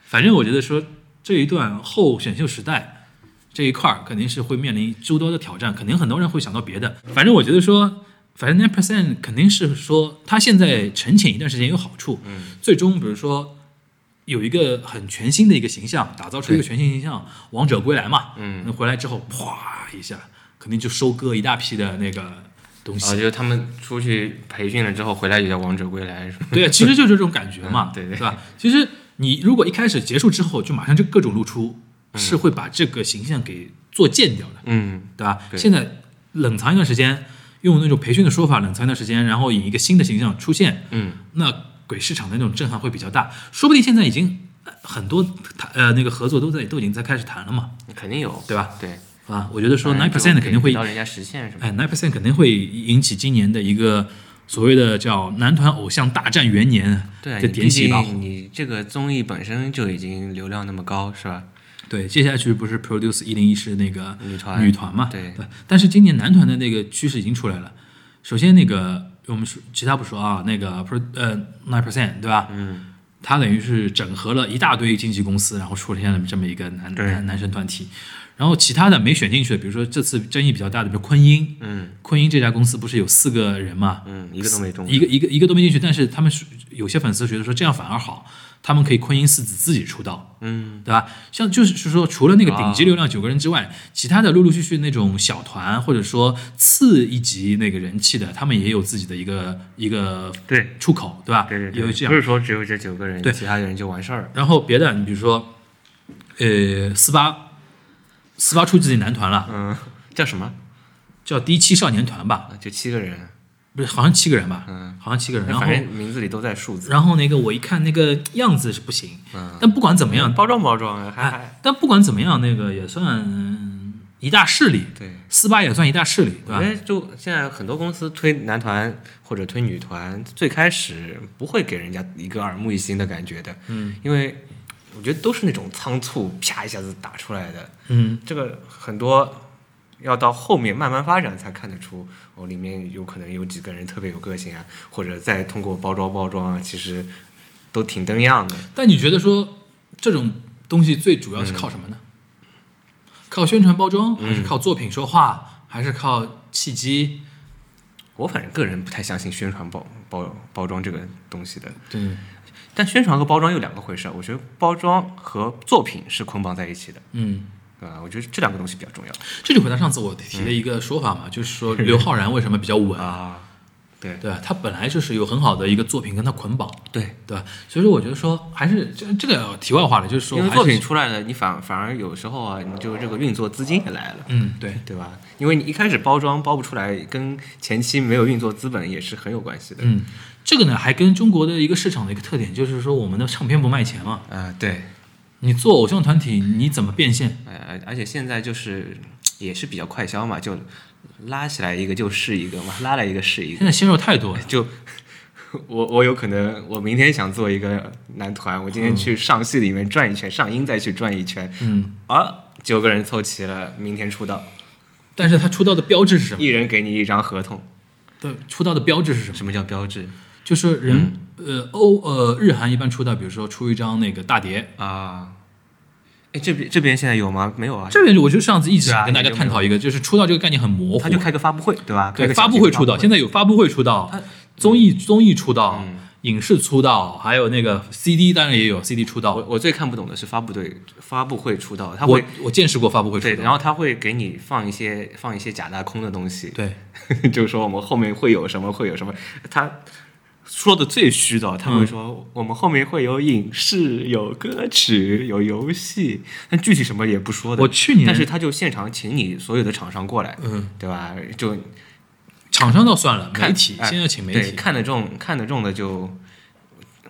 S3: 反正我觉得说这一段后选秀时代这一块儿肯定是会面临诸多的挑战，肯定很多人会想到别的。反正我觉得说，反正 nine percent 肯定是说他现在沉潜一段时间有好处，
S2: 嗯
S3: 最终比如说。有一个很全新的一个形象，打造出一个
S2: 对
S3: 全新形象，王者归来嘛，
S2: 嗯，
S3: 那回来之后，哗一下，肯定就收割一大批的那个东
S2: 啊，就
S3: 西。
S2: 是他们出去培训了之后回来也叫王者归来， 是吧
S3: 对，啊其实就是这种感觉
S2: 嗯
S3: 嘛，
S2: 对对
S3: 对吧？其实你如果一开始结束之后就马上就各种露出，是会把这个形象给做贱掉的，
S2: 嗯，
S3: 对吧？
S2: 对
S3: 现在冷藏一段时间，用那种培训的说法冷藏一段时间，然后以一个新的形象出现，
S2: 嗯，
S3: 那鬼市场的那种震撼会比较大，说不定现在已经呃很多谈呃那个合作都在都已经在开始谈了嘛，
S2: 肯定有，
S3: 对吧？
S2: 对，
S3: 啊，我觉得说
S2: 当然
S3: nine
S2: 就
S3: percent
S2: 给
S3: 肯定会
S2: 给到人家实现什么？
S3: 哎，nine percent 肯定会引起今年的一个所谓的叫男团偶像大战元年
S2: 对啊，
S3: 的
S2: 你
S3: 点
S2: 毕
S3: 起一把火。
S2: 竟你这个综艺本身就已经流量那么高，是吧？
S3: 对，接下去不是 Produce 一零一是那个
S2: 女团
S3: 女团嘛？
S2: 对
S3: 但是今年男团的那个趋势已经出来了。首先，那个我们说其他不说啊，那个 Pro 呃 nine percent 对吧？
S2: 嗯，
S3: 它等于是整合了一大堆经纪公司，然后出现了这么一个男
S2: 对
S3: 男男生团体。然后其他的没选进去的，比如说这次争议比较大的，比如昆英，
S2: 嗯
S3: 昆英这家公司不是有四个人嘛，
S2: 嗯，一个都没中，
S3: 一个一个一个都没进去，但是他们是有些粉丝觉得说这样反而好，他们可以昆英四子自己出道，
S2: 嗯
S3: 对吧？像就是说，除了那个
S2: 啊
S3: 顶级流量九个人之外，其他的陆陆续续那种小团或者说次一级那个人气的，他们也有自己的一个一个
S2: 对
S3: 出口，对吧？
S2: 对对
S3: 也有
S2: 对，
S3: 这
S2: 不
S3: 样。
S2: 是说只有这九个人，
S3: 对
S2: 其他人就完事儿了。
S3: 然后别的，你比如说，呃，四八四八出自己男团了，
S2: 嗯，叫什么？
S3: 叫第七少年团吧，
S2: 啊就七个人，
S3: 不是好像七个人吧？
S2: 嗯，
S3: 好像七个人。然后
S2: 反正名字里都带数字。
S3: 然后那个我一看那个样子是不行，
S2: 嗯，
S3: 但不管怎么样，
S2: 包装包装，还
S3: 哎
S2: 还，
S3: 但不管怎么样，那个也算嗯一大势力，
S2: 对。
S3: 四八也算一大势力，对
S2: 我觉得
S3: 吧？
S2: 就现在很多公司推男团或者推女团，最开始不会给人家一个耳目一新的感觉的，
S3: 嗯，
S2: 因为我觉得都是那种仓促啪一下子打出来的，
S3: 嗯，
S2: 这个很多要到后面慢慢发展才看得出，哦，里面有可能有几个人特别有个性啊，或者再通过包装包装啊，其实都挺登样的。
S3: 但你觉得说这种东西最主要是靠什么呢？
S2: 嗯
S3: 靠宣传包装，还是靠作品说话，还是靠契机？
S2: 我反正个人不太相信宣传包包包装这个东西的，
S3: 对，
S2: 但宣传和包装又两个回事儿，我觉得包装和作品是捆绑在一起的。
S3: 嗯，
S2: 啊，我觉得这两个东西比较重要
S3: 这就回到上次我提的一个 说法嘛，就是说刘昊然为什么比较稳？
S2: 啊。对
S3: 对吧？他本来就是有很好的一个作品跟他捆绑，
S2: 对，
S3: 对吧？所以说，我觉得说还是这这个题外话了，就是说
S2: 因为
S3: 还是
S2: 作品，出来了，你反反而有时候啊，你就这个运作资金也来了，
S3: 嗯，对，
S2: 对吧？因为你一开始包装包不出来，跟前期没有运作资本也是很有关系的。
S3: 嗯，这个呢还跟中国的一个市场的一个特点，就是说我们的唱片不卖钱嘛，
S2: 啊，对，
S3: 你做偶像团体你怎么变现？
S2: 呃，而且现在就是也是比较快销嘛，就拉起来一个就是一个嘛，拉来一个是一
S3: 现
S2: 个。
S3: 在鲜肉太多了，
S2: 就我我有可能我明天想做一个男团，我今天去上戏里面转一圈，上音再去转一圈，
S3: 嗯，
S2: 啊，九个人凑齐了，明天出道。
S3: 但是他出道的标志是什么？
S2: 一人给你一张合同。
S3: 对，出道的标志是什么？
S2: 什么叫标志
S3: 就是
S2: 嗯
S3: 人、呃欧呃日韩一般出道，比如说出一张那个大碟，
S2: 啊？哎，这边这边现在有吗？没有啊，
S3: 这边我就上次一直
S2: 对啊
S3: 想跟大家探讨一个，就是出道这个概念很模糊，
S2: 他就开个发布会，对吧？开
S3: 对
S2: 个
S3: 发
S2: 小
S3: 布
S2: 型
S3: 会出道，现
S2: 在
S3: 在有发布会出道，综
S2: 嗯
S3: 艺综艺出道，影视出道，还有那个 CD 当然也有 CD 出
S2: 我
S3: 道，
S2: 我最看不懂的是发布队发布会出道，他
S3: 我
S2: 会
S3: 我见识过发布会出
S2: 对，
S3: 道，
S2: 然后他会给你放一些放一些假大空的东西，
S3: 对，
S2: 就是说我们后面会有什么会有什么，他。说的最虚的，他会
S3: 嗯
S2: 说、我们后面会有影视、有歌曲、有游戏，但具体什么也不说的。
S3: 我去年
S2: 但是他就现场请你所有的厂商过来，
S3: 嗯，
S2: 对吧？就
S3: 厂商倒算了，
S2: 看
S3: 媒体
S2: 哎
S3: 现在请媒
S2: 对
S3: 体，
S2: 看得中看得中的就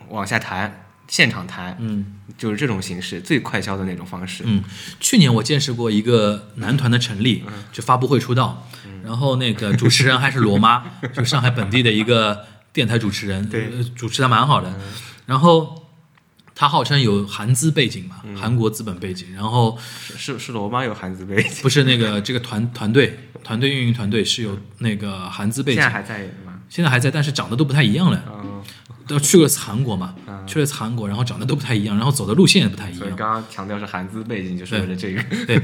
S2: 往下谈，现场谈，
S3: 嗯
S2: 就是这种形式最快销的那种方式。
S3: 嗯，去年我见识过一个男团的成立，
S2: 嗯
S3: 就发布会出道，然后那 个主持人还是罗妈，就上海本地的一个电台主持人，
S2: 对嗯
S3: 呃主持的蛮好的，然后。他号称有韩资背景
S2: 嗯
S3: 嘛，韩国资本背景，然后
S2: 是是是罗妈有韩资背景，
S3: 不是那个这个团团队团队运营团队是有那个韩资背
S2: 现
S3: 景
S2: 在，还在吗？
S3: 现在还在，但是长得都不太一样了。
S2: 嗯，
S3: 都去过一次韩国嘛，
S2: 嗯
S3: 去了一次韩国，然后长得都不太一样，然后走的路线也不太一
S2: 所以
S3: 样。
S2: 刚刚强调是韩资背景，就是为了这个。
S3: 对，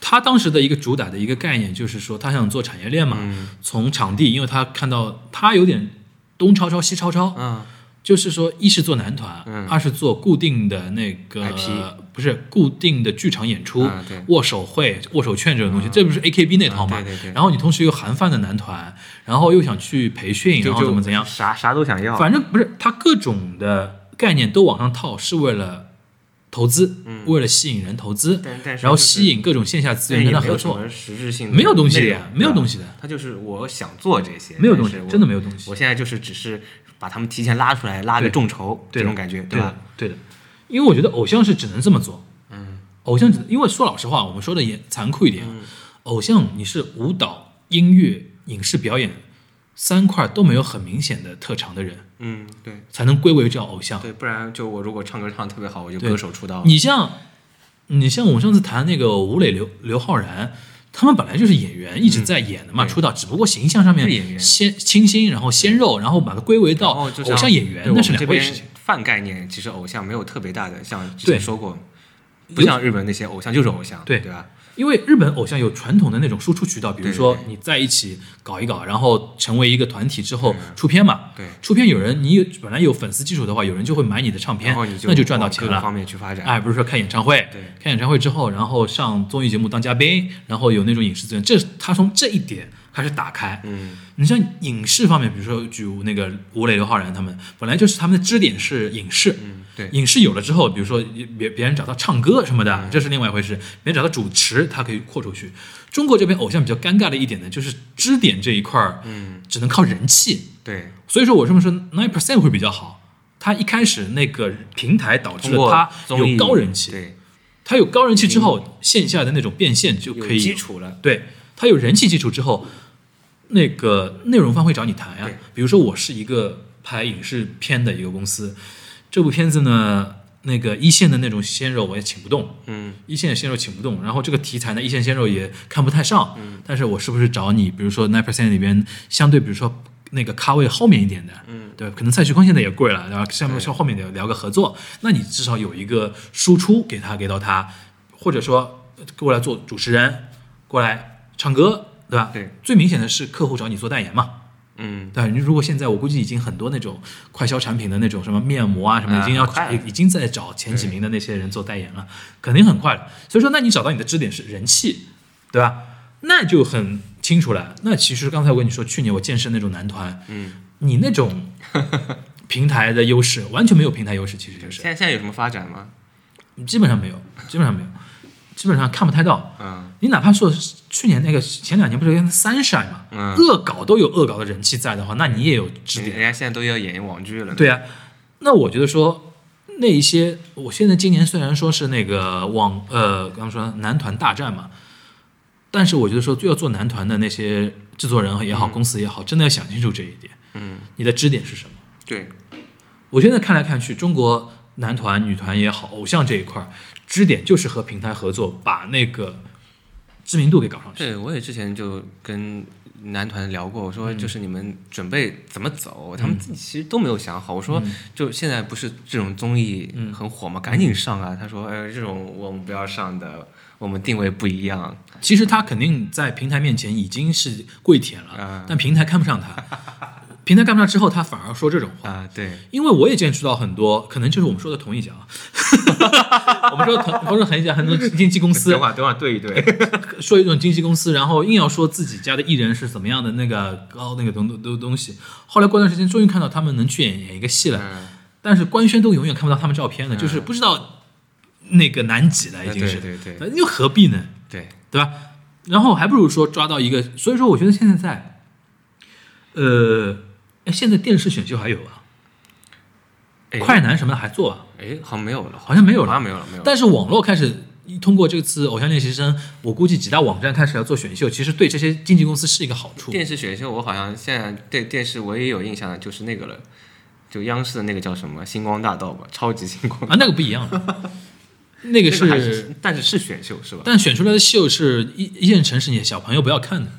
S3: 他当时的一个主打的一个概念就是说，他想做产业链嘛，
S2: 嗯
S3: 从场地，因为他看到他有点东抄抄西抄抄，
S2: 嗯
S3: 就是说，一是做男团，
S2: 嗯
S3: 二是做固定的那个
S2: IP
S3: 不是固定的剧场演出，
S2: 啊对
S3: 握手会、握手券这种东西，这不是 A K B 那套吗？
S2: 嗯啊对对对
S3: 然后你同时又韩范的男团，然后又想去培训，
S2: 就
S3: 然后
S2: 就
S3: 怎么怎样，
S2: 啥啥都想要。
S3: 反正不是他各种的概念都往上套，是为了投资，
S2: 嗯
S3: 为了吸引人投资，
S2: 但但是
S3: 然后
S2: 就是
S3: 吸引各种线下资
S2: 对
S3: 源
S2: 也
S3: 跟他
S2: 没
S3: 合
S2: 有什
S3: 作，
S2: 么实质性的内容，
S3: 没有东西的呀，没有东
S2: 西。
S3: 西的，
S2: 他就是我想做这些，
S3: 没有东西
S2: 但是，我
S3: 真的没有东西
S2: 我。现在就是只是把他们提前拉出来，拉个
S3: 对
S2: 众筹这
S3: 对的
S2: 种感觉，
S3: 对
S2: 吧
S3: 的？，对的，因为我觉得偶像是只能这么做。
S2: 嗯，
S3: 偶像只因为说老实话，我们说的也残酷一点啊，偶像你是舞蹈、音乐、影视表演三块都没有很明显的特长的人，
S2: 嗯，对。
S3: 才能归为叫偶像。
S2: 对，不然就我如果唱歌唱的特别好，我就
S3: 对
S2: 歌手出道了。
S3: 你像，你像我们上次谈那个吴磊、刘刘昊然。他们本来就是演员，一直在演的嘛，
S2: 嗯对
S3: 出道，只不过形象上面
S2: 是演员
S3: 先清新，然后鲜肉，然后把它归为到
S2: 然哦后就
S3: 偶像演员，那是两回事情。。
S2: 泛概念其实偶像没有特别大的，像之
S3: 对
S2: 前说过，不像日本那些偶像就是偶像，
S3: 对
S2: 对吧？
S3: 因为日本偶像有传统的那种输出渠道，比如
S2: 对
S3: 说
S2: 对
S3: 你在一起搞一搞，然后成为一个团体之
S2: 嗯
S3: 后出片嘛。
S2: 对
S3: 出片有人你有本来有粉丝基础的话，有人就会买你的唱片
S2: 然后你，就哦
S3: 那就赚到钱
S2: 往各个
S3: 了
S2: 方。面去发展，
S3: 哎，比如说看演唱会
S2: 对，
S3: 看演唱会之后，然后上综艺节目当嘉宾，然后有那种影视资源，这他从这一点开始打开。
S2: 嗯，
S3: 你像影视方面，比如说举那个吴磊、刘昊然他们，本来就是他们的支点是影视，
S2: 嗯对嗯
S3: 影视有了之后，比如说别别人找他唱歌什么的，这是另外一回事；别人找他主持，他可以扩出去。中国这边偶像比较尴尬的一点呢，就是支点这一块儿，
S2: 嗯，
S3: 只能靠人气。
S2: 对，
S3: 所以说我这么说，nine percent 会比较好。他一开始那个平台导致
S2: 通
S3: 了
S2: 过
S3: 他
S2: 综
S3: 有
S2: 艺
S3: 高人气，
S2: 对，
S3: 他有高人气之后，线下的那种变现就
S2: 嗯有
S3: 可以
S2: 基础了，
S3: 对，他有人气基础之后，那个内容方会找你谈呀、
S2: 对
S3: 比如说，我是一个拍影视片的一个公司，这部片子呢，那个一线的那种鲜肉我也请不动，
S2: 嗯，
S3: 一线的鲜肉请不动，然后这个题材呢，一线鲜肉也看不太上。但是我是不是找你，比如说 nine percent 里边相对，比如说。那个咖位后面一点的，嗯，对，可能蔡徐坤现在也贵了，然后下面向后面聊聊个合作，那你至少有一个输出给他，给到他，或者说呃过来做主持人，过来唱歌，对吧？
S2: 对，
S3: 最明显的是客户找你做代言嘛，
S2: 嗯，
S3: 对，你如果现在我估计已经很多那种快消产品的那种什么面膜啊什么，
S2: 啊
S3: 已经要、
S2: 很快了
S3: 已经在找前几名的那些人做代言了，肯定很快了。所以说，那你找到你的支点是人气，对吧？那就很清楚了。那其实刚才我跟你说，去年我见识那种男团，嗯，你那种平台的优势完全没有平台优势，其实就是
S2: 现在现在有什么发展吗？
S3: 基本上没有，基本上没有，基本上看不太到。
S2: 嗯，
S3: 你哪怕说是去年那个前两年不是跟三闪嘛，
S2: 嗯
S3: 恶搞都有恶搞的人气在的话，那你也有支
S2: 人
S3: 点。
S2: 人家现在都要演网剧了，，
S3: 对啊，那我觉得说那一些，我现在今年虽然说是那个网呃，刚刚说男团大战嘛，但是我觉得说要做男团的那些制作人也好，公司也好，真的要想清楚这一点，
S2: 嗯，
S3: 你的支点是什么？
S2: 对，
S3: 我现在看来看去，中国男团、女团也好，偶像这一块儿支点就是和平台合作，把那个知名度给搞上去。
S2: 对我也之前就跟男团聊过，我说
S3: 嗯
S2: 就是你们准备怎么走，他们自己其实都没有想好。我说
S3: 嗯
S2: 就现在不是这种综艺很火嘛，赶紧上啊！他说，呃，这种我们不要上的，我们定位不一样。
S3: 其实他肯定在平台面前已经是跪舔了，
S2: 啊
S3: 但平台看不上他。 平台看不上之后，他反而说这种话，
S2: 啊，对，
S3: 因为我也见识到很多，可能就是我们说的同一家啊， 我们说的同，不是很一家，很多经纪公 司
S2: 等会儿等会儿对一对，
S3: 说一种经纪公司，然后硬要说自己家的艺人是怎么样的那个高那个东东东西。后来过段时间，终于看到他们能去演演一个戏了，
S2: 嗯
S3: 但是官宣都永远看不到他们照片了，就是不知道那个男几了，已经是，
S2: 对对对
S3: 那又何必呢？
S2: 对，
S3: 对吧？然后还不如说抓到一个，所以说我觉得现在在，呃，哎现在电视选秀还有啊，
S2: 哎
S3: 快男什么的还做啊，
S2: 哎，好像没有了，
S3: 好像没有
S2: 好
S3: 了
S2: 像。没有了，没有了。
S3: 但是网络开始通过这次《偶像练习生》，我估计几大网站开始要做选秀，其实对这些经纪公司是一个好处。
S2: 电视选秀，我好像现在对电视唯一有印象的就是那个了，就央视的那个叫什么《星光大道》吧，《超级 星光》
S3: 啊，那个不一样了， 那个
S2: 这个还
S3: 是
S2: 是，但是是选秀是吧？
S3: 但选出来的秀是一一线城市你小朋友不要 看的，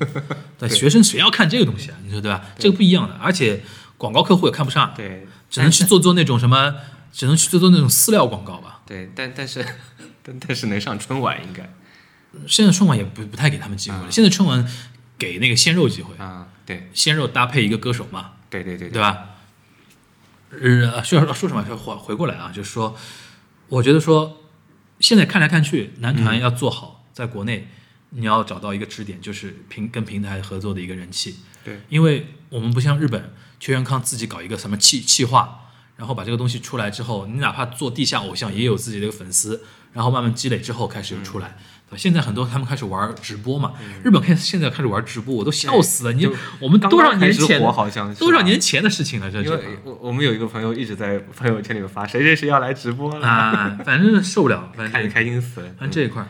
S3: 对学生谁要看这个东西啊？你说对吧？这个不一样的，而且广告客户也看不上，
S2: 对，
S3: 只能去做做那种什么，只能去做做那种饲料广告吧。
S2: 对，但但是 但但是能上春晚应该
S3: 现在春晚也不不太给他们机会了，现在春晚给那个鲜肉机会，
S2: 啊，对
S3: 鲜肉搭配一个歌手嘛，
S2: 对对对
S3: 对，吧？呃，说说什么？说回回过来啊，就是说，我觉得说，现在看来看去，男
S2: 嗯
S3: 团要做好，在国内你要找到一个支点，就是平跟平台合作的一个人气，
S2: 对，
S3: 因为我们不像日本，邱元康自己搞一个什么气气化，然后把这个东西出来之后，你哪怕做地下偶像，也有自己的一个粉丝，然后慢慢积累之后开始有出
S2: 嗯
S3: 来。对吧现在很多他们开始玩直播嘛，日本开始现在开始玩直播，我都笑死了。你
S2: 就
S3: 我们
S2: 刚
S3: 多少
S2: 刚
S3: 年
S2: 开始
S3: 前
S2: 火好像啊是
S3: 多少
S2: 吧
S3: 年前的事情了，这
S2: 因
S3: 就
S2: 为我我们有一个朋友一直在朋友圈里面发谁谁谁要来直播了，
S3: 啊，反正受不 了，反
S2: 看着
S3: 正
S2: 开心死了。
S3: 反正这一块儿。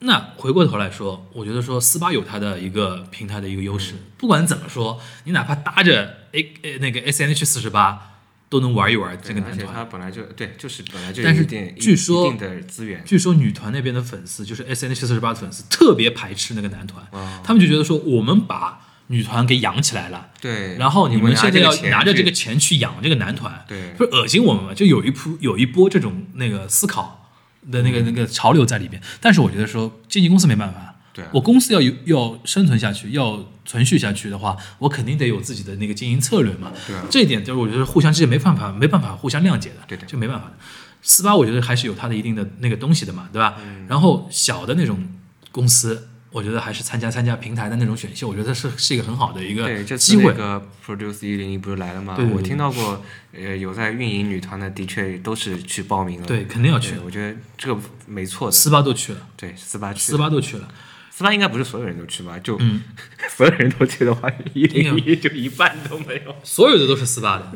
S3: 那回过头来说，我觉得说四八有它的一个平台的一个优
S2: 嗯
S3: 势，不管怎么说，你哪怕搭着 A 呃那个 S N H 四十八，都能玩一玩这个
S2: 而
S3: 男
S2: 且
S3: 团。
S2: 他本来就对，就是本来就有
S3: 但是
S2: 一定
S3: 据说
S2: 一定的资源，
S3: 据说女团那边的粉丝，就是 S N H 四十八的粉丝，特别排斥那个男团，他们就觉得说我们把女团给养起来了，
S2: 对。
S3: 然后你
S2: 们
S3: 们现在要拿着这个
S2: 钱
S3: 钱去养这个男团，
S2: 对
S3: 不是恶心我们吗？就有一铺有一波这种那个思考，的
S2: 嗯
S3: 那个那个潮流在里边。但是我觉得说，经纪公司没办法，
S2: 对啊
S3: 我公司要有要生存下去，要存续下去的话，我肯定得有自己的那个经营策略嘛。
S2: 对啊
S3: 这一点就是我觉得互相之间没办法没办法互相谅解的，
S2: 对的
S3: 就没办法的。四八我觉得还是有它的一定的那个东西的嘛，对吧？
S2: 嗯
S3: 然后小的那种公司。我觉得还是参加参加平台的那种选秀，我觉得是是一个很好的一
S2: 对，
S3: 个
S2: 这次
S3: 机会
S2: 那。个 Produce 一零一不是来了吗？
S3: 对对对
S2: 我听到过，呃，有在运营女团的，的确都是去报名了。
S3: 对，肯定要去
S2: 对，。我觉得这个没错的。
S3: 斯巴都去了，
S2: 对，斯巴去，
S3: 斯巴都去了。
S2: 斯巴应该不是所有人都去吧？就、
S3: 嗯
S2: 所有人都去的话，一零一就一半都没有。
S3: 所有的都是四八的。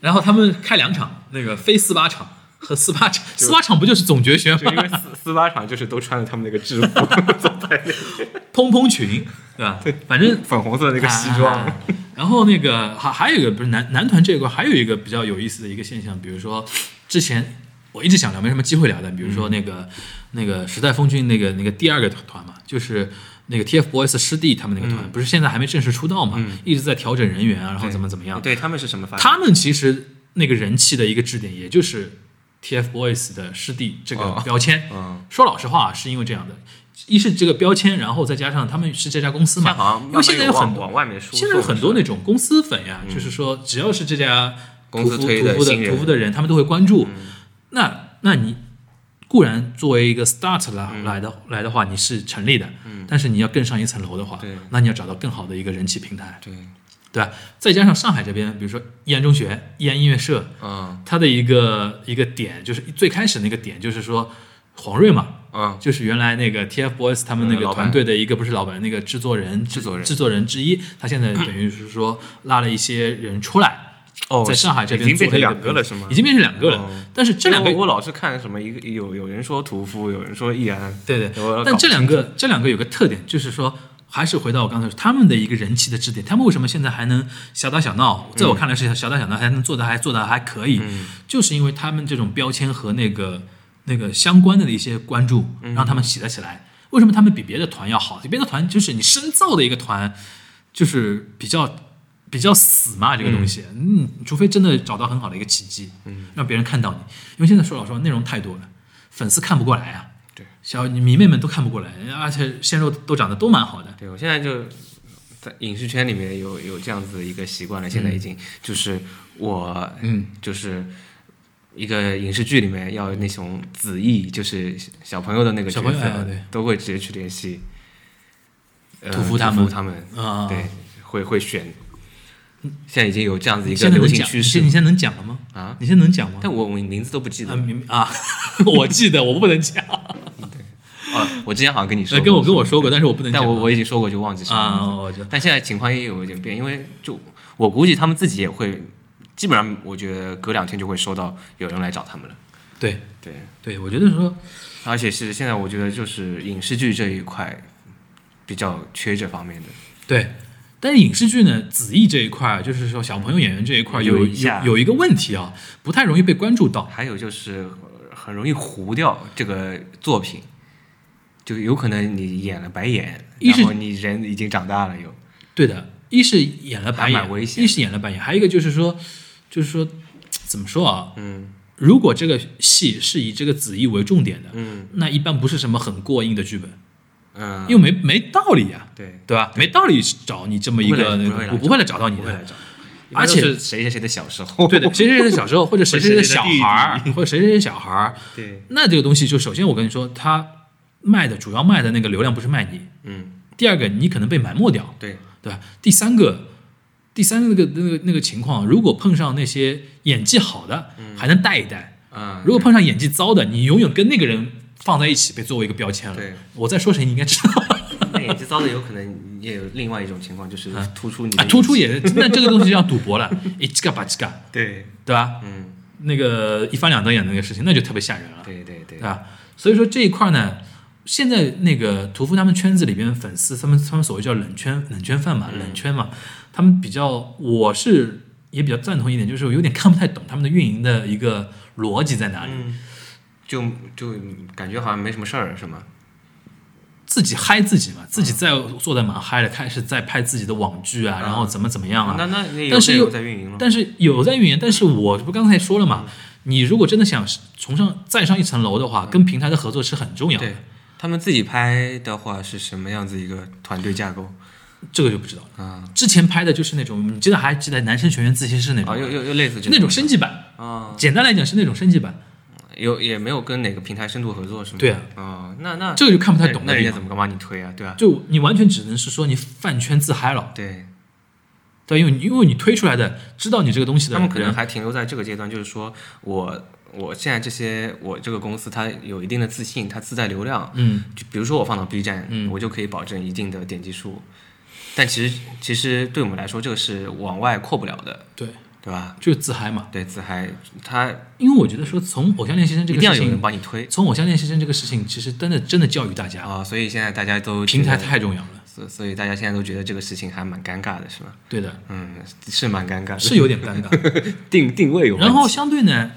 S3: 然后他们开两场，那个非四八场和四八 场，四八场不就是总决选
S2: 就因为
S3: 吗？
S2: 斯斯巴场就是都穿着他们那个制服 走在那个
S3: 蓬蓬裙，对吧？反正
S2: 粉红色的那个西
S3: 啊
S2: 装，
S3: 然后那个还还有一个不是男男团这一块，还有一个比较有意思的一个现象，比如说之前我一直想聊，没什么机会聊的，比
S2: 嗯
S3: 如说那个、那个时代峰峻那个那个第二个团嘛，就是。那个 TFBOYS 师弟他们那个团、不是现在还没正式出道嘛，一直在调整人员啊，然后怎么怎么样，
S2: 嗯对他们是什么发展？
S3: 他们其实那个人气的一个支点，也就是 TFBOYS 的师弟这个
S2: 哦
S3: 标签。
S2: 嗯，
S3: 说老实话，是因为这样的，一是这个标签，然后再加上他们是这家公司
S2: 现在好
S3: 嘛
S2: 像，
S3: 因为现在有很
S2: 往往外面说，嗯
S3: 现在有很多那种公司粉呀，就是说只要是这家
S2: 公司
S3: 屠夫
S2: 推的
S3: 屠夫
S2: 新
S3: 的
S2: 人嗯
S3: 屠夫的人，他们都会关注。那那你固然作为一个 start 来、
S2: 嗯
S3: 来的来的话，你是成立的，但是你要更上一层楼的话
S2: 对，
S3: 那你要找到更好的一个人气平台，
S2: 对，
S3: 对吧？再加上上海这边，比如说易安中学、易安音乐社，
S2: 嗯
S3: 它的一个一个点就是最开始那个点就是说黄瑞嘛，
S2: 嗯，
S3: 就是原来那个 TFBOYS 他们那
S2: 嗯老
S3: 个
S2: 板
S3: 团队的一个不是老板，那个制作人
S2: 制作人
S3: 制作人之一，他现在等于是说拉了一些人出来，
S2: 哦
S3: 在上海这边
S2: 已经变成
S3: 做了一
S2: 两个了是吗？
S3: 已经变成两个了
S2: 哦，
S3: 但是这两个
S2: 因为我我老是看什么一个有有人说屠夫，有人说易安，
S3: 对对
S2: 我要，
S3: 但
S2: 搞
S3: 这两个这两个有个特点，就是说，还是回到我刚才说，他们的一个人气的支点，他们为什么现在还能小打小闹？在
S2: 嗯
S3: 我看来是小打小闹，还能做的还做的还可以，就是因为他们这种标签和那个那个相关的一些关注，
S2: 嗯
S3: 让他们起了起来。为什么他们比别的团要好？别的团就是你深造的一个团，就是比较。比较死嘛，这个东西，嗯，除非真的找到很好的一个契机，嗯，让别人看到你，因为现在说老实话，内容太多了，粉丝看不过来啊，小迷妹们都看不过来，而且鲜肉都长得都蛮好的。
S2: 对我现在就在影视圈里面有有这样子的一个习惯了，现在已经就是我
S3: 嗯，
S2: 就是。一个影视剧里面要有那种子艺，就是小朋友的那个角
S3: 小朋友哎
S2: 色
S3: 对，
S2: 都会直接去联系呃
S3: 屠夫他
S2: 他
S3: 们
S2: 他们
S3: 啊，
S2: 对，会会选。现在已经有这样子一
S3: 你
S2: 个
S3: 现在
S2: 流
S3: 能
S2: 行
S3: 讲？
S2: 趋
S3: 你现
S2: 势
S3: 你现在能讲了吗？
S2: 啊，
S3: 你现在能讲吗？
S2: 但我我名字都不记得
S3: 啊
S2: 了。
S3: 明啊， 我记得我不 能讲，
S2: 哦，我之前好像跟你说
S3: 呃
S2: 过，
S3: 跟我跟我说过，但是我不能讲。
S2: 但我我已经说过就忘记什么
S3: 啊，
S2: 名字。
S3: 我知道。
S2: 但现在情况也有一点变，因为就我估计他们自己也会，基本上我觉得隔两天就会收到有人来找他们了。
S3: 对
S2: 对，
S3: 对，我觉得说
S2: 而且是现在我觉得就是影视剧这一块比较缺这方面的。
S3: 对。但是影视剧呢，子艺这一块儿，就是说小朋友演员这一块儿，有
S2: 有一下
S3: 有有一个问题啊，不太容易被关注到。
S2: 还有就是呃很容易糊掉这个作品，就有可能你演了白演，
S3: 一是
S2: 然后你人已经长大了又，
S3: 对的，一是演了白
S2: 还蛮
S3: 眼，
S2: 危险
S3: 一是演了白眼，还有一个就是说，就是说怎么说啊？
S2: 嗯
S3: 如果这个戏是以这个子艺为重点的，
S2: 嗯
S3: 那一般不是什么很过硬的剧本，
S2: 嗯，
S3: 因为没没道理呀、
S2: 对，
S3: 对吧？没道理找你这么一个，
S2: 不会来
S3: 我不会来找到你
S2: 不会来
S3: 的。
S2: 找，
S3: 而且
S2: 一般都是谁谁谁的小时候，
S3: 对的，谁谁谁的小时候，或者谁谁的小孩儿
S2: 或者谁谁的弟，
S3: 或者谁谁谁小孩儿，
S2: 对，
S3: 那这个东西就首先我跟你说，它卖的主要卖的那个流量不是卖你，
S2: 嗯
S3: 第二个你可能被埋没掉，
S2: 对，
S3: 对吧？第三个，第三个那个那个那个情况，如果碰上那些演技好的，还能带一带，
S2: 嗯，
S3: 如果碰上演技糟的，你永远跟那个人放在一起，被作为一个标签了。
S2: 对，
S3: 我在说谁，你应该知道。
S2: 那演技糟的有可能也有另外一种情况，就是突出你的
S3: 啊，
S2: 演技
S3: 突出，也，那这个东西就叫赌博了，一几个吧几个，
S2: 对，
S3: 对吧？
S2: 嗯，
S3: 那个一翻两瞪眼的那个事情，那就特别吓人了，
S2: 对对对
S3: 对，吧？所以说这一块呢，现在那个屠夫他们圈子里边粉丝，他们他们所谓叫冷圈冷圈饭嘛，
S2: 嗯
S3: 冷圈嘛，他们比较，我是也比较赞同一点，就是我有点看不太懂他们的运营的一个逻辑在哪里。
S2: 嗯就就感觉好像没什么事儿，是吗？
S3: 自己嗨自己嘛，
S2: 嗯
S3: 自己在做的蛮嗨的，开始在拍自己的网剧啊，然
S2: 嗯
S3: 后怎么怎么样
S2: 那
S3: 啊。
S2: 那那有
S3: 但是
S2: 在
S3: 又
S2: 有在运营了吗，嗯
S3: 但是有在运营，但是我不刚才说了嘛，你如果真的想从上再上一层楼的话，跟平台的合作是很重要的
S2: 对。他们自己拍的话是什么样子一个团队架构
S3: 这个就不知道了。
S2: 啊？
S3: 之前拍的就是那种，你记得还记得男生学院自习室那种
S2: 啊，
S3: 吗，
S2: 又又又类似这
S3: 就那种升级版。
S2: 啊，
S3: 简单来讲是那种升级版，
S2: 有也没有跟哪个平台深度合作是吗？
S3: 对啊，
S2: 啊，那那
S3: 这个就看不太懂
S2: 那
S3: 的
S2: 人
S3: 地
S2: 家
S3: 方
S2: 怎。么敢帮你推啊？对啊，
S3: 就你完全只能是说你饭圈自嗨了，
S2: 对
S3: 对，因为你因为你推出来的知道你这个东西的
S2: 他们可能
S3: 人
S2: 还停留在这个阶段，就是说我我现在这些我这个公司它有一定的自信，它自带流量，
S3: 嗯，
S2: 就比如说我放到 B 站，
S3: 嗯
S2: 我就可以保证一定的点击数，但其实其实对我们来说，这个是往外扩不了的，
S3: 对，
S2: 对吧？
S3: 就是自嗨嘛。
S2: 对，自嗨，它
S3: 因为我觉得说从偶像练习生这
S2: 一
S3: 个
S2: 定要
S3: 事
S2: 有人
S3: 情，
S2: 帮你推
S3: 从偶像练习生这个事情，其实真的真的教育大家，
S2: 啊、所以现在大家都
S3: 平台
S2: 觉得，
S3: 太重要了。
S2: 所所以大家现在都觉得这个事情还蛮尴尬的，是吧？
S3: 对的，
S2: 嗯，是蛮尴尬的，
S3: 是有点尴尬。
S2: 定定 位有问题，
S3: 然后相对呢，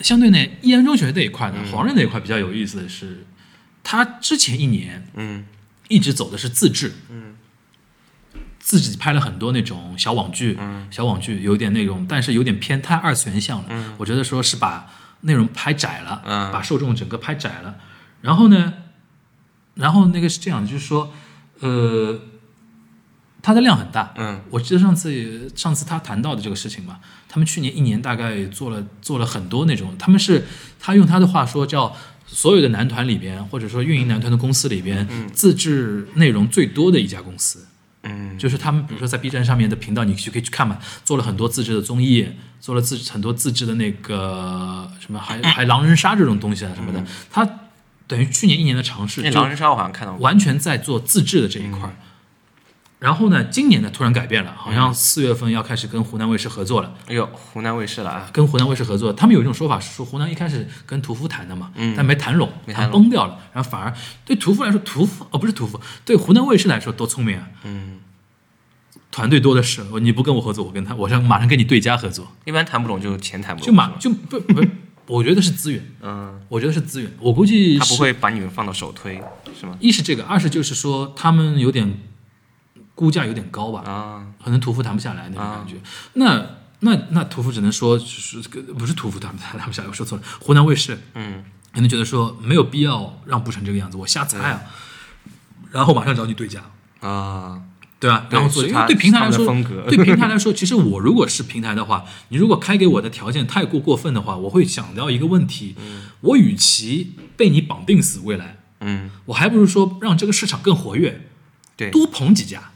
S3: 相对呢，易安中学这一块呢，
S2: 嗯
S3: 黄任那一块比较有意思的是，他之前一年
S2: 嗯
S3: 一直走的是自制，嗯，自己拍了很多那种小网剧，嗯，小网剧有点那种，但是有点偏太二次元向了，嗯，我觉得说是把内容拍窄了，
S2: 嗯
S3: 把受众整个拍窄了，然后呢，然后那个是这样的，就是说，呃，它的量很大，
S2: 嗯
S3: 我记得上次也上次他谈到的这个事情嘛，他们去年一年大概做了做了很多那种，他们是他用他的话说叫所有的男团里边，或者说运营男团的公司里边，自制内容最多的一家公司。
S2: 嗯
S3: 就是他们比如说在 B 站上面的频道，你去可以去看嘛，做了很多自制的综艺，做了自很多自制的那个什么还还狼人杀这种东西啊什么的，他等于去年一年的尝试，
S2: 嗯那
S3: 就
S2: 狼人杀我好像看到过，
S3: 完全在做自制的这一块。
S2: 嗯
S3: 儿。然后呢，今年呢突然改变了，好像四月份要开始跟湖南卫视合作了。
S2: 哎呦，湖南卫视了啊，
S3: 跟湖南卫视合作，他们有一种说法是说，湖南一开始跟屠夫谈的嘛，但没谈拢，
S2: 嗯没谈拢
S3: 崩掉了。然后反而对屠夫来说，屠夫哦不是屠夫，对湖南卫视来说多聪明啊，
S2: 嗯，
S3: 团队多的是，你不跟我合作，我跟他，我上马上跟你对家合作，
S2: 一般谈不拢就钱谈不拢，
S3: 就马
S2: 是吧
S3: 就不不， 我觉得是资源，
S2: 嗯，
S3: 我觉得是资源，我估计
S2: 他不
S3: 是
S2: 会把你们放到首推，是吗？
S3: 一是这个，二是就是说他们有点估价有点高吧，
S2: 啊，
S3: 可能屠夫谈不下来那种感觉。那那那屠夫只能说是不是屠夫谈不谈不下来，我说错了，湖南卫视
S2: 嗯，
S3: 可能觉得说没有必要让步成这个样子，我瞎猜啊，
S2: 嗯
S3: 然后马上找你对价。
S2: 啊，
S3: 对吧？
S2: 对
S3: 然后做，
S2: 是
S3: 因
S2: 他
S3: 为对平台来
S2: 他们的
S3: 说
S2: 风格，
S3: 对平台来说，其实我如果是平台的话，你如果开给我的条件太过过分的话，我会想到一个问题：我与其被你绑定死未来，
S2: 嗯，
S3: 我还不如说让这个市场更活跃，
S2: 对，
S3: 多捧几家，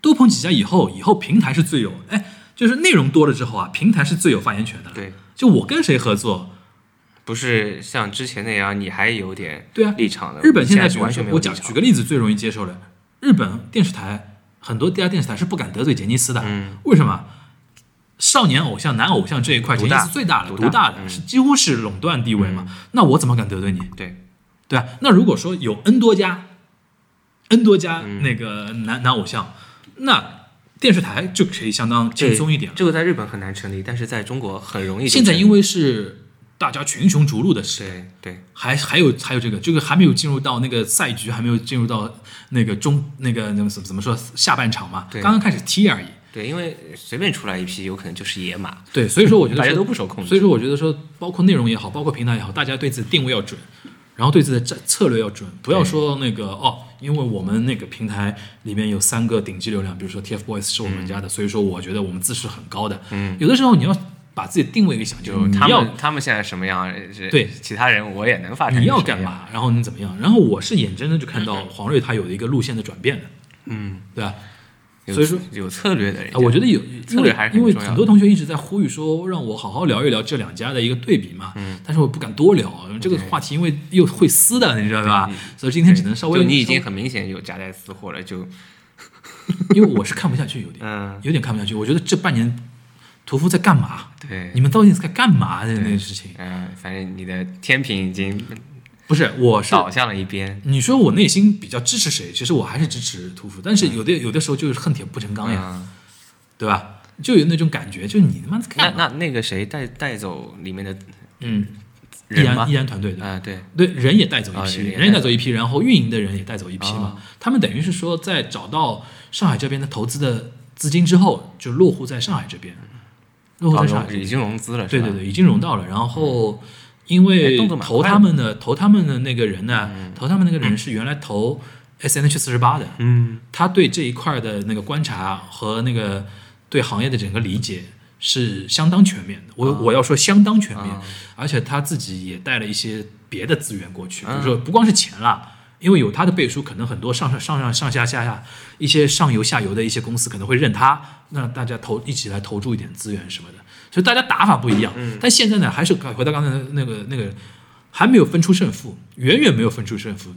S3: 多捧几家以后，以后平台是最有，哎，就是内容多了之后啊，平台是最有发言权的。，
S2: 对，
S3: 就我跟谁合作，
S2: 不是像之前那样，你还有点
S3: 对啊
S2: 立场的。
S3: 日本
S2: 现
S3: 在
S2: 是完全没有
S3: 我
S2: 立
S3: 讲
S2: 场
S3: 举个例子最容易接受的，日本电视台很多第二电视台是不敢得罪杰尼斯的，
S2: 嗯
S3: 为什么？少年偶像、男偶像这一块，杰
S2: 独
S3: 尼
S2: 大
S3: 斯最大的、
S2: 独
S3: 独
S2: 大
S3: 的，
S2: 嗯
S3: 是几乎是垄断地位嘛。那我怎么敢得罪你？
S2: 对，
S3: 对吧？那如果说有 N 多家，N 多家
S2: 嗯
S3: 那个男、男偶像，那电视台就可以相当轻松一点了。
S2: 这个在日本很难成立，但是在中国很容易就成
S3: 现
S2: 立。
S3: 在因为是大家群雄逐鹿的时代，
S2: 对对，
S3: 还还有还有这个，这个还没有进入到那个赛局，还没有进入到那个中那个那个怎么怎么说下半场嘛，
S2: 对
S3: 刚刚开始踢而已。
S2: 对，因为随便出来一批，有可能就是野马。
S3: 对，所以说 我觉得
S2: 大家
S3: 说
S2: 都不受控制
S3: 所以说我觉得说，包括内容也好，包括平台也好，大家对自己的定位要准，然后对自己的战策略要准，不要说那个哦，因为我们那个平台里面有三个顶级流量，比如说 TFBOYS 是我
S2: 嗯
S3: 们家的，所以说我觉得我们自视很高的。嗯，有的时候你要把自己的定位给想清楚，
S2: 就
S3: 你
S2: 他
S3: 要
S2: 们他们现在什么样，是
S3: 对
S2: 其他人我也能发展。
S3: 你要干？嘛，然后你怎么样？然后我是眼睁睁就
S2: 嗯
S3: 看到黄睿他有一个路线的转变的，嗯，对吧？
S2: 有
S3: 所以说
S2: 有策略的人
S3: 啊，，我觉得有，
S2: 策
S3: 因
S2: 略
S3: 为
S2: 还是很
S3: 因为
S2: 重要的
S3: 很多同学一直在呼吁说，让我好好聊一聊这两家的一个对比嘛。嗯，但是我不敢多聊这个话题，因为又会撕的，你知道吧？所以今天只能稍微
S2: 就你已经，很明显有夹带私货了，就
S3: 因为我是看不下去，有点
S2: 嗯，
S3: 有点看不下去。我觉得这半年屠夫在干嘛？
S2: 对
S3: 你，们到底在干嘛的那个事情？
S2: 嗯，反正你的天平已经
S3: 不是，我是
S2: 倒向了一边。
S3: 你说我内心比较支持谁？其实我还是支持屠夫，但是有的有的时候就是恨铁不成钢呀，
S2: 嗯，
S3: 对吧？就有那种感觉，就是你他妈在
S2: 那
S3: 干嘛？
S2: 那那个谁带带走里面的
S3: 嗯，易
S2: 人吗
S3: 安易？安团队的，
S2: 啊，对，
S3: 对人也带走
S2: 啊
S3: 一批，
S2: 人也啊
S3: 人也带走一批，然后运营的人也带走一批嘛。他们等于是说，在找到上海这边的投资的资金之后，就落户在上海这边。落后
S2: 啊
S3: 生产
S2: 融已经融资了，
S3: 对
S2: 是吧
S3: 对对，已经融到了。然后因
S2: 哎
S3: 为
S2: 动作蛮快的
S3: 投他们的投他们的那个人呢，投他们那个人是原来投 S N H 四十八的，
S2: 嗯，
S3: 他对这一块的那个观察和那个对行业的整个理解是相当全面的。我、我要说相当全面，而且他自己也带了一些别的资源过去，比如说不光是钱啦。因为有他的背书，可能很多上上上上上下下下一些上游下游的一些公司可能会认他，那大家投一起来投注一点资源什么的，所以大家打法不一样。但现在呢，还是回到刚才那个那个，还没有分出胜负，远远没有分出胜负，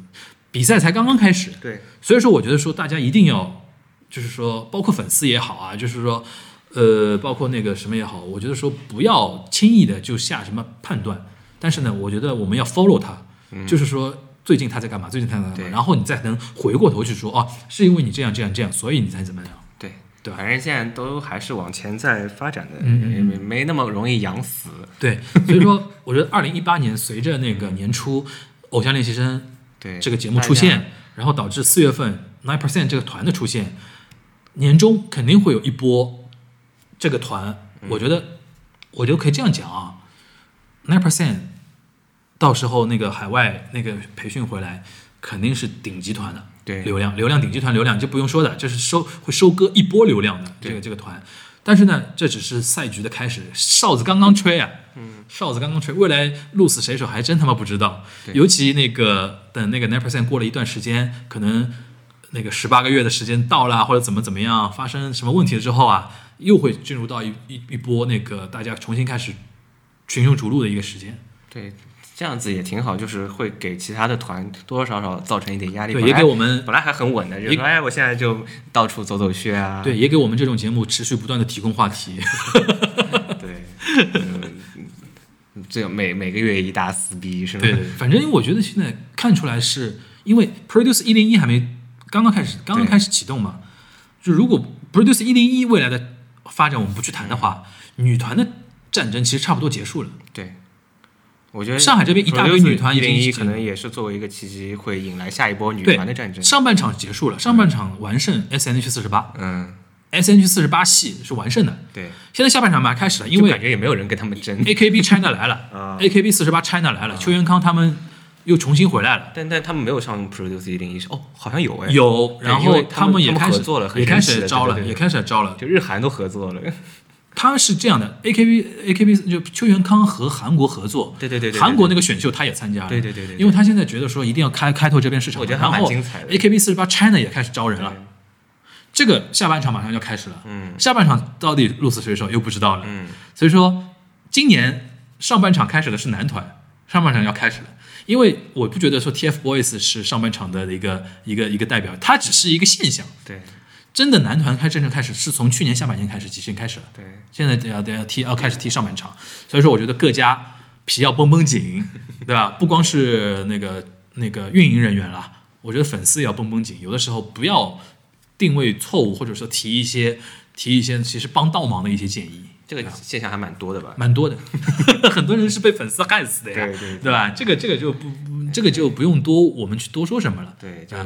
S3: 比赛才刚刚开始。
S2: 对，
S3: 所以说，我觉得说大家一定要，就是说，包括粉丝也好啊，就是说，呃，包括那个什么也好，我觉得说不要轻易的就下什么判断。但是呢，我觉得我们要 follow 他，就是说最近他在干嘛，最近他在干嘛，
S2: 对
S3: 然后你再能回过头去说，哦、是因为你这样这样这样，所以你才怎么样。
S2: 对
S3: 对吧
S2: 反正现在都还是往前在发展的，
S3: 嗯嗯
S2: 没没没那么容易养死。
S3: 对，所以说， 我觉得二零一八年随着那个年初《偶像练习生》
S2: 对，
S3: 这个节目出
S2: 大家，
S3: 现，然后导致四月份 Nine Percent 这个团的出现，年终肯定会有一波这个团，
S2: 嗯
S3: 我觉得，我觉得可以这样讲啊，Nine Percent 到时候那个海外那个培训回来，肯定是顶级团的，
S2: 对
S3: 流量流量顶级团流量这不用说的，这是收会收割一波流量的这个这个团。但是呢，这只是赛局的开始，哨子刚刚吹啊，嗯，哨子刚刚吹，未来鹿死谁手还真他妈不知道。尤其那个等那个 nine percent 过了一段时间，可能那个十八个月的时间到了，或者怎么怎么样发生什么问题之后啊，又会进入到一一一波那个大家重新开始群雄逐鹿的一个时间。
S2: 对，这样子也挺好，就是会给其他的团多多少少造成一点压力。
S3: 对，
S2: 本
S3: 也
S2: 来
S3: 给我们
S2: 本来还很稳的，就
S3: 也
S2: 说哎，我现在就到处走走穴啊。
S3: 对，也给我们这种节目持续不断的提供话题。
S2: 对，嗯这个每每个月一大撕逼是吧？
S3: 对，反正我觉得现在看出来是因为 Produce 一零一还没刚刚开始，刚刚开始启动嘛。就如果 Produce 一零一未来的发展我们不去谈的话，女团的战争其实差不多结束了。
S2: 对，我觉得
S3: 上海这边一大堆女团
S2: 一
S3: 已经
S2: 零一可能也是作为一个契机，会引来下一波女
S3: 对
S2: 团的战争。
S3: 上半场结束了，上半场完胜 S N H 四十八
S2: 嗯，
S3: ，S N H 四十八系是完胜的。
S2: 对，
S3: 现在下半场马上开始了，因
S2: 就
S3: 为
S2: 感觉也没有人跟他们争。
S3: A K B China 来了
S2: 啊
S3: ，A K B 四十八 China 来了，邱元康他们又重新回来了。
S2: 但但他们没有上 Produce 一零一，哦，好像有哎，
S3: 有，
S2: 对
S3: 然
S2: 因
S3: 后
S2: 为他们
S3: 也
S2: 他们
S3: 开始
S2: 合作了很
S3: 也开
S2: 神奇
S3: 始
S2: 的
S3: 招
S2: 对
S3: 了，
S2: 对对
S3: 也开始招了。
S2: 就日韩都合作了。
S3: 他是这样的，A K B A K B 就邱元康和韩国合作，
S2: 对对对对对
S3: 韩国那个选秀他也参加了，
S2: 对对对对对
S3: 因为他现在觉得说一定要开开拓这边市场嘛，
S2: 我觉得还
S3: 然
S2: 蛮
S3: 后
S2: 精彩的
S3: A K B 四十八 China 也开始招人了
S2: 对，
S3: 这个下半场马上要开始了，
S2: 嗯
S3: 下半场到底鹿死谁手又不知道了，
S2: 嗯，
S3: 所以说今年上半场开始的是男团，上半场要开始了。因为我不觉得说 TFBOYS 是上半场的一个一个一个代表，它只是一个现象。
S2: 对
S3: 真的男团开真正开始是从去年下半年开始集训开始了，
S2: 对，
S3: 现在呃要要踢要开始踢上半场，所以说我觉得各家皮要绷绷紧， 对吧？不光是那个那个运营人员啦，我觉得粉丝也要绷绷紧，有的时候不要定位错误，或者说提一些提一些其实帮倒忙的一些建议，
S2: 这个现象还蛮多的吧？
S3: 蛮多的， 很多人是被粉丝害死的呀，
S2: 对对
S3: 吧？这个这个就不不这个就不用多我们去多说什么了，
S2: 对，就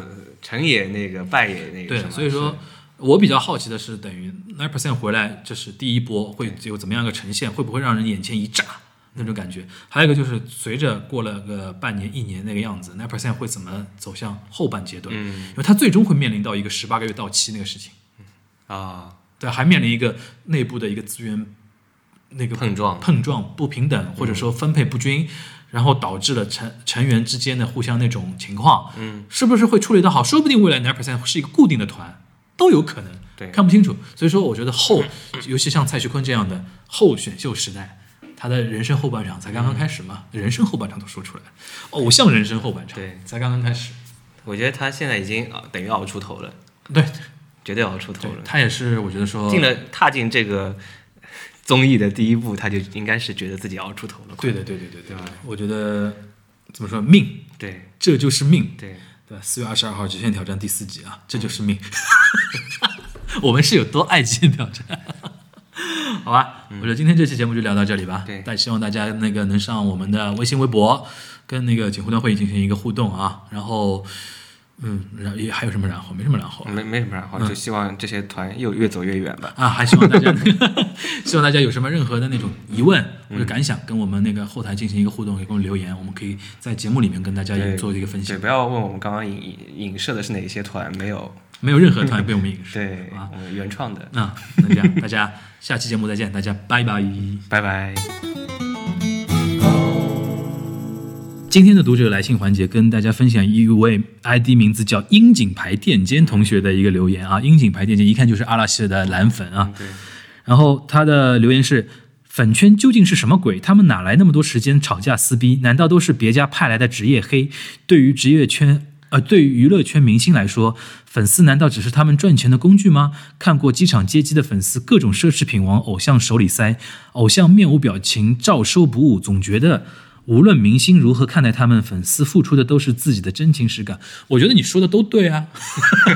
S2: 成也那个，败也那个
S3: 嗯对
S2: 什，么，
S3: 所以说我比较好奇的是，等于 nine percent 回来，这是第一波会有怎么样一个呈现，会不会让人眼前一炸那种感觉？还有一个就是，随着过了个半年、一年那个样子，nine percent 会怎么走向后半阶段？
S2: 嗯
S3: 因为它最终会面临到一个十八个月到期那个事情，
S2: 是啊，
S3: 对，还面临一个内部的一个资源那个
S2: 碰撞嗯
S3: 碰撞不平等，或者说分配不均，然后导致了成成员之间的互相那种情况，嗯，是不是会处理得好？说不定未来 nine percent 是一个固定的团，都有可能，
S2: 对嗯
S3: 看不清楚。所以说，我觉得后，尤其像蔡徐坤这样的后选秀时代。他的人生后半场才
S2: 嗯
S3: 刚刚开始嘛，人生后半场都说出来了，偶像人生后半场
S2: 对
S3: 才刚刚开始。
S2: 我觉得他现在已经呃等于熬出头了，
S3: 对，
S2: 绝对熬出头
S3: 对
S2: 了。
S3: 他也是，我觉得说
S2: 进了踏进这个 综艺的第一步，他就应该是觉得自己熬出头了。
S3: 对的，对对对对对，我觉得怎么说命，
S2: 对
S3: 这就是命。
S2: 对，
S3: 对吧，四月二十二号《极限挑战》第四集啊，这就是命。 我们是有多爱《极限挑战》？好吧，我觉得今天这期节目就聊到这里吧。
S2: 对
S3: 但希望大家那个能上我们的微信、微博，跟那个锦湖端会议进行一个互动啊。然后，嗯，然后也还有什么然后？没什么然后了
S2: 哦没没什么然后，就希望这些团又越走越远吧。
S3: 啊，还希望大家， 希望大家有什么任何的那种疑问
S2: 嗯
S3: 或者感想，跟我们那个后台进行一个互动，可以给我们留言，我们可以在节目里面跟大家
S2: 对，
S3: 做一个分析
S2: 对，。不要问我们刚刚影影影射的是哪些团，没有
S3: 没有任何团被我们影射。
S2: 对
S3: 啊，
S2: 我们原创的。
S3: 啊，那这样，大家下期节目再见，大家拜拜。
S2: 拜拜。
S3: 今天的读者来信环节，跟大家分享一位 ID 名字叫樱井牌垫肩同学的一个留言啊，樱井牌垫肩一看就是阿拉西的蓝粉啊。
S2: 对，
S3: 然后他的留言是：粉圈究竟是什么鬼？他们哪来那么多时间吵架撕逼？难道都是别家派来的职业黑？对于职业圈。呃，对于娱乐圈明星来说，粉丝难道只是他们赚钱的工具吗？看过机场接机的粉丝各种奢侈品往偶像手里塞，偶像面无表情，照收不误，总觉得无论明星如何看待他们，粉丝付出的都是自己的真情实感。我觉得你说的都对啊，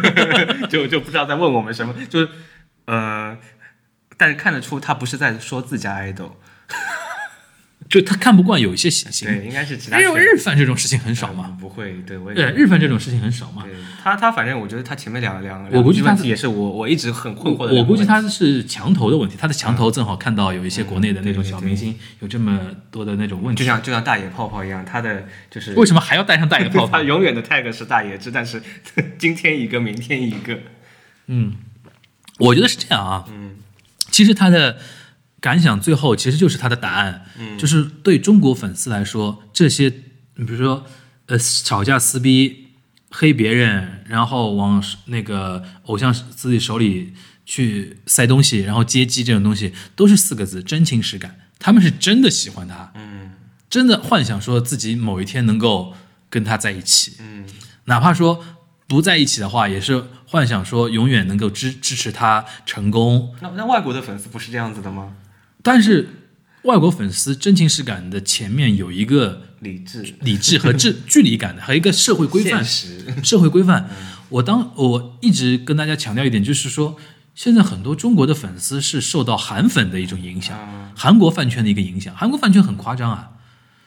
S2: 就就不知道在问我们什么，就是呃，但是看得出他不是在说自家 idol，
S3: 就他看不惯有一些行
S2: 对，
S3: 行，
S2: 应该是其他
S3: 日
S2: 圈
S3: 日饭这种事情很少嘛。
S2: 不会，对我也
S3: 对，日饭这种事情很少嘛。
S2: 对他他反正我觉得他前面两两
S3: 我估计
S2: 两个
S3: 他
S2: 问题也是我我一直很困惑的两个问题，嗯
S3: 我估计他是墙头的问题，他的墙头正好看到有一些国内的那种小明星有这么多的那种问
S2: 就
S3: 题，
S2: 像就像大爷泡泡一样，他的就是
S3: 为什么还要带上 大眼泡泡
S2: 他？永远的 tag 是大爷制，但是 今天一个，明天一个，
S3: 我觉得是这样啊，嗯，其实他的感想最后其实就是他的答案，嗯，就是对中国粉丝来说，这些比如说呃吵架撕逼、黑别人，然后往那个偶像自己手里去塞东西，然后接机这种东西，都是四个字：真情实感。他们是真的喜欢他，嗯，真的幻想说自己某一天能够跟他在一起，
S2: 嗯，
S3: 哪怕说不在一起的话，也是幻想说永远能够支支持他成功。
S2: 那那外国的粉丝不是这样子的吗？
S3: 但是外国粉丝真情实感的前面有一个
S2: 理智、
S3: 理智和距距离感的，和一个社会规范
S2: 现。实，
S3: 社会规范，我当我一直跟大家强调一点，就是说，现在很多中国的粉丝是受到韩粉的一种影响，
S2: 啊
S3: 韩国饭圈的一个影响。韩国饭圈很夸张啊，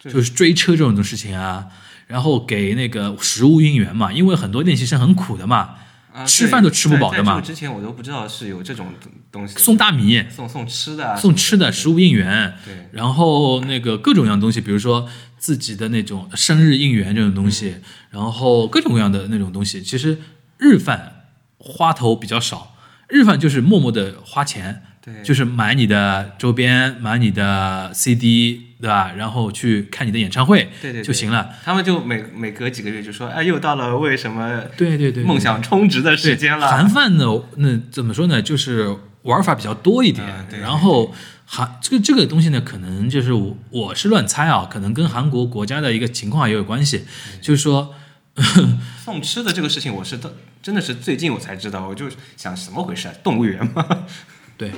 S3: 就是追车这种事情啊，然后给那个食物应援嘛，因为很多练习生很苦的嘛，
S2: 啊
S3: 吃
S2: 对
S3: 饭都吃不饱
S2: 在
S3: 的
S2: 在
S3: 嘛
S2: 这个之前我都不知道是有这种东西的，
S3: 送大米、
S2: 送送吃的啊，
S3: 送吃的、食物应援，
S2: 对，
S3: 然后那个各种各样的东西，比如说自己的那种生日应援这种东
S2: 嗯
S3: 西，然后各种各样的那种东西。其实日饭花头比较少，日饭就是默默的花钱，
S2: 对
S3: 就是买你的周边，买你的 CD，对吧？然后去看你的演唱会，
S2: 对对对
S3: 就行了。
S2: 他们就每每隔几个月就说，哎，又到了为什么
S3: 对对对
S2: 梦想充值的时间了。
S3: 韩饭呢，那怎么说呢？就是玩法比较多一点。
S2: 嗯对
S3: 然后韩这个这个东西呢，可能就是我我是乱猜啊，可能跟韩国国家的一个情况也有关系。
S2: 嗯
S3: 就是说，
S2: 送吃的这个事情，我是到真的是最近我才知道，我就想什么回事啊？动物园吗？
S3: 对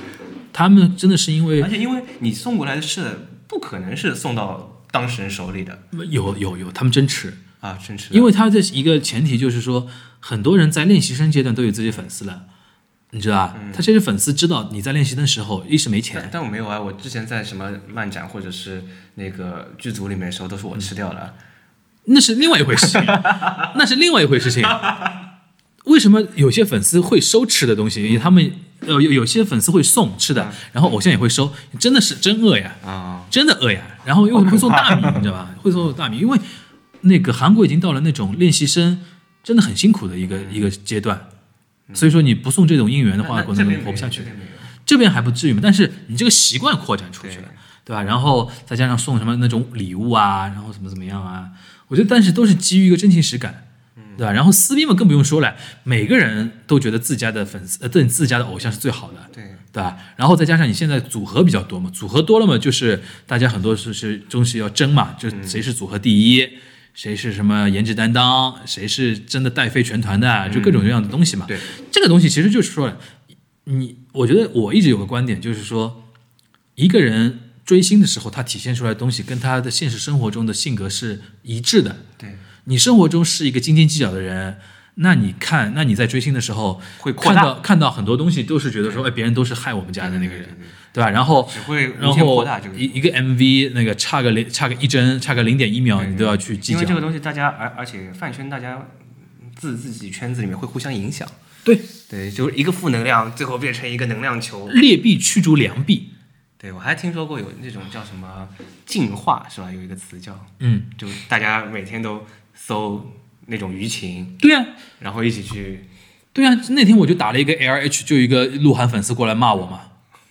S3: 他们真的是因为
S2: 而且因为你送过来的吃的，不可能是送到当事人手里的
S3: 有有有，他们真吃。
S2: 啊，真吃的。
S3: 因为他的一个前提就是说，很多人在练习生阶段都有自己粉丝了，你知道吧？
S2: 嗯
S3: 他这些粉丝知道你在练习的时候，一是没钱
S2: 但，但我没有啊，我之前在什么漫展或者是那个剧组里面的时候，都是我吃掉了。
S3: 那是另外一回事 情，那是另外一回事情。为什么有些粉丝会收吃的东西？他们呃有有些粉丝会送吃
S2: 嗯
S3: 的，然后偶像也会收，真的是真饿呀，
S2: 啊、
S3: 真的饿呀。然后又会送大米，你知道吧？会送大米，因为那个韩国已经到了那种练习生真的很辛苦的一个一个阶段，所以说你不送这种应援的
S2: 嗯
S3: 话，
S2: 那
S3: 可
S2: 这
S3: 能
S2: 边
S3: 活不下去
S2: 没有这。边没有
S3: 这边还不至于嘛，但是你这个习惯扩展出去了，对吧？然后再加上送什么那种礼物啊，然后怎么怎么样啊，我觉得但是都是基于一个真情实感，
S2: 嗯
S3: 对吧？然后撕逼嘛更不用说了，每个人都觉得自家的粉丝呃对自家的偶像是最好的，
S2: 对，
S3: 对吧？然后再加上你现在组合比较多嘛，组合多了嘛，就是大家很多是是东西要争嘛，
S2: 嗯
S3: 就是谁是组合第一，谁是什么颜值担当，谁是真的带飞全团的，就各种各样的东西嘛。
S2: 嗯对，
S3: 这个东西其实就是说了，你我觉得我一直有个观点，就是说一个人追星的时候，他体现出来的东西跟他的现实生活中的性格是一致的。
S2: 对，
S3: 你生活中是一个斤斤计较的人，那你看，那你在追星的时候
S2: 会扩
S3: 看
S2: 大
S3: 到看到很多东西，都是觉得说，哎，别人都是害我们家的那个人，对吧？然后
S2: 只会
S3: 然
S2: 无限扩
S3: 后
S2: 大这个。
S3: 一一个 MV 那个差个零差个一帧，差个零点一秒，你都要去计
S2: 因为这
S3: 较
S2: 个。东西，大家而而且饭圈大家自自己圈子里面会互相影响。
S3: 对，
S2: 对，就是一个负能量，最后变成一个能量球。
S3: 劣币驱逐良币，
S2: 对我还听说过有那种叫什么净化是吧？有一个词叫，
S3: 嗯，
S2: 就大家每天都搜那种舆情，
S3: 对呀、啊，
S2: 然后一起去，
S3: 对呀、啊，那天我就打了一个 L H，就有一个鹿晗粉丝过来骂我嘛，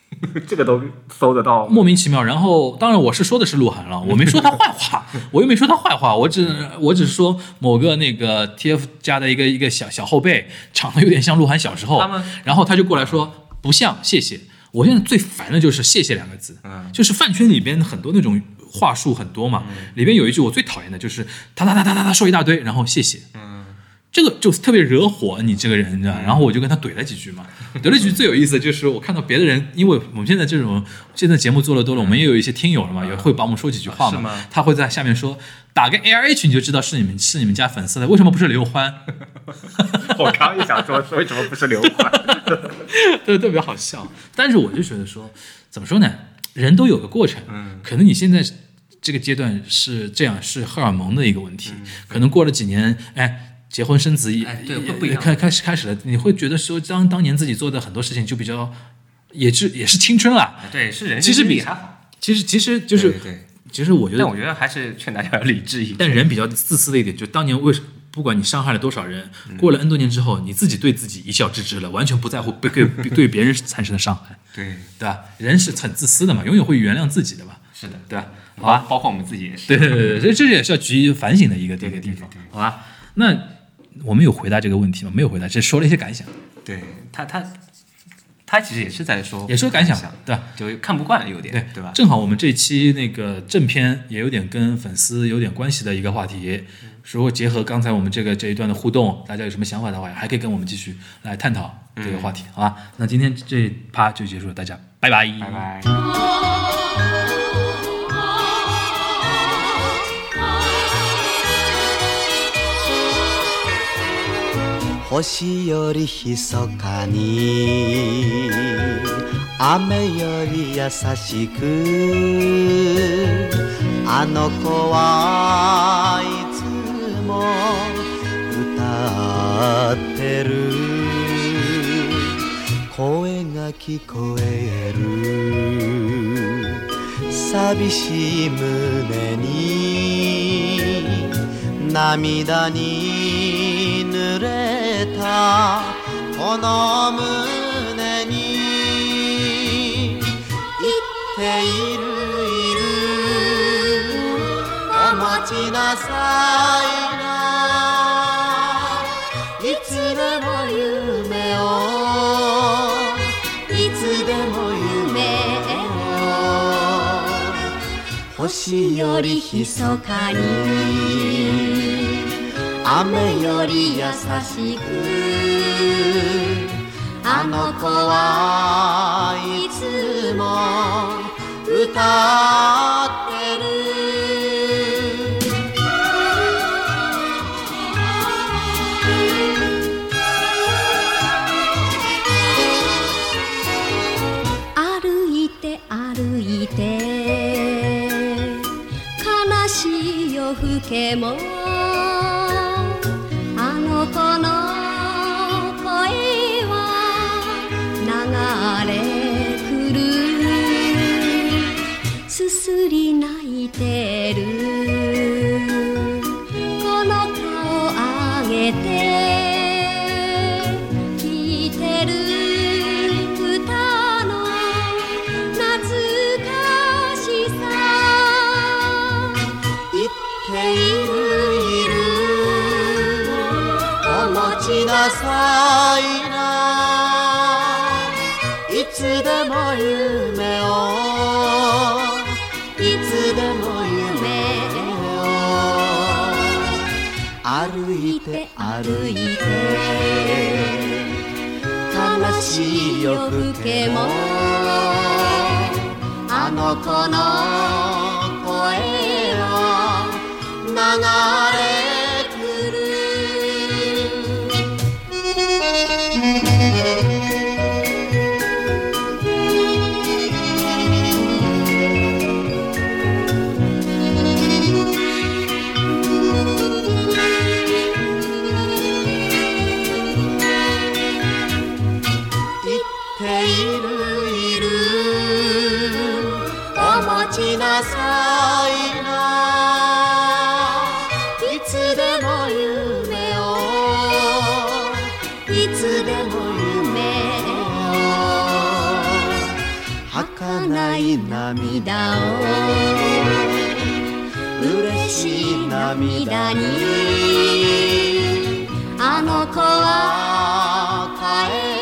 S2: 这个都搜得到
S3: 莫名其妙。然后，当然我是说的是鹿晗 了，我没说他坏话，我又没说他坏话，我只我只是说某个那个 TF 家的一个一个小小后辈，长得有点像鹿晗小时候
S2: 他们，
S3: 然后他就过来说不像，谢谢。我现在最烦的就是“谢谢”两个字，
S2: 嗯
S3: 就是饭圈里边很多那种话术很多嘛，里边有一句我最讨厌的就是哒哒哒哒哒哒说一大堆，然后谢谢，
S2: 嗯，
S3: 这个就是特别惹火你这个人，你知道？然后我就跟他怼了几句嘛， 怼了几句最有意思的就是我看到别的人，因为我们现在这种现在节目做的多了，我们也有一些听友了嘛，也会帮我们说几句
S2: 嗯
S3: 话
S2: 是
S3: 嘛
S2: 吗，
S3: 他会在下面说打个 L H 你就知道是你们是你们家粉丝了，为什么不是刘欢？
S2: 我刚也想说，为什么不是刘欢？
S3: 对，特别好笑。但是我就觉得说，怎么说呢？人都有个过程，
S2: 嗯
S3: 可能你现在这个阶段是这样，是荷尔蒙的一个问题，可能过了几年，哎。结婚生子
S2: 嗯
S3: 也，
S2: 哎对会不一样
S3: 开开始开始了，你会觉得说，当当年自己做的很多事情就比较，也是也是青春了。
S2: 对，是人
S3: 其实
S2: 生
S3: 比
S2: 经历还好，
S3: 其实其实就是，
S2: 对对
S3: 其实我觉
S2: 对
S3: 得
S2: 但我觉得还是劝大家要理智一点。
S3: 但人比较自私的一点，就当年为什不管你伤害了多少人，
S2: 嗯
S3: 过了 N 多年之后，你自己对自己一笑置之了，完全不在乎被对对别人产生的伤害，
S2: 对，
S3: 对吧？人是很自私的嘛，永远会原谅自己的嘛，
S2: 是的，
S3: 对吧？好
S2: 包
S3: 吧，
S2: 包括我们自己也是。
S3: 对对对对，这这也是要局反省的一个这个
S2: 对
S3: 地
S2: 对
S3: 方
S2: 对对，
S3: 好吧？那我们有回答这个问题吗？没有回答，只说了一些感想，
S2: 对他他他其实也是在说，
S3: 也说感想，对吧？
S2: 就看不惯有点，
S3: 对
S2: 对吧？
S3: 正好我们这期那个正片也有点跟粉丝有点关系的一个话题，如果结合刚才我们这个这一段的互动，大家有什么想法的话，还可以跟我们继续来探讨这个话题，好吧？那今天这一趴就结束了，大家拜拜，拜
S2: 拜。拜。
S4: 星よりひそかに雨より優しくあの子はいつも歌ってる声が聞こえる寂しい胸に涙に濡れたこの胸に言っているいるお待ちなさいないつでも夢をいつでも夢を星よりひそかに雨より優しくあの子はいつも歌ってる
S5: 歩いて歩いて悲しい夜更けもあの子の声は流れ来るすすり泣いてるこの顔あげて聞いてる歌の懐かしさ
S4: 言っているいるお持ちなさいないつでも夢をいつでも夢を歩いて歩いて悲しい夜更けもあの子の声は流れ来る
S5: 「
S4: つでも夢をいつでも夢を儚
S6: 儚
S4: い
S6: い涙
S4: 涙を嬉しい涙にあの子は帰る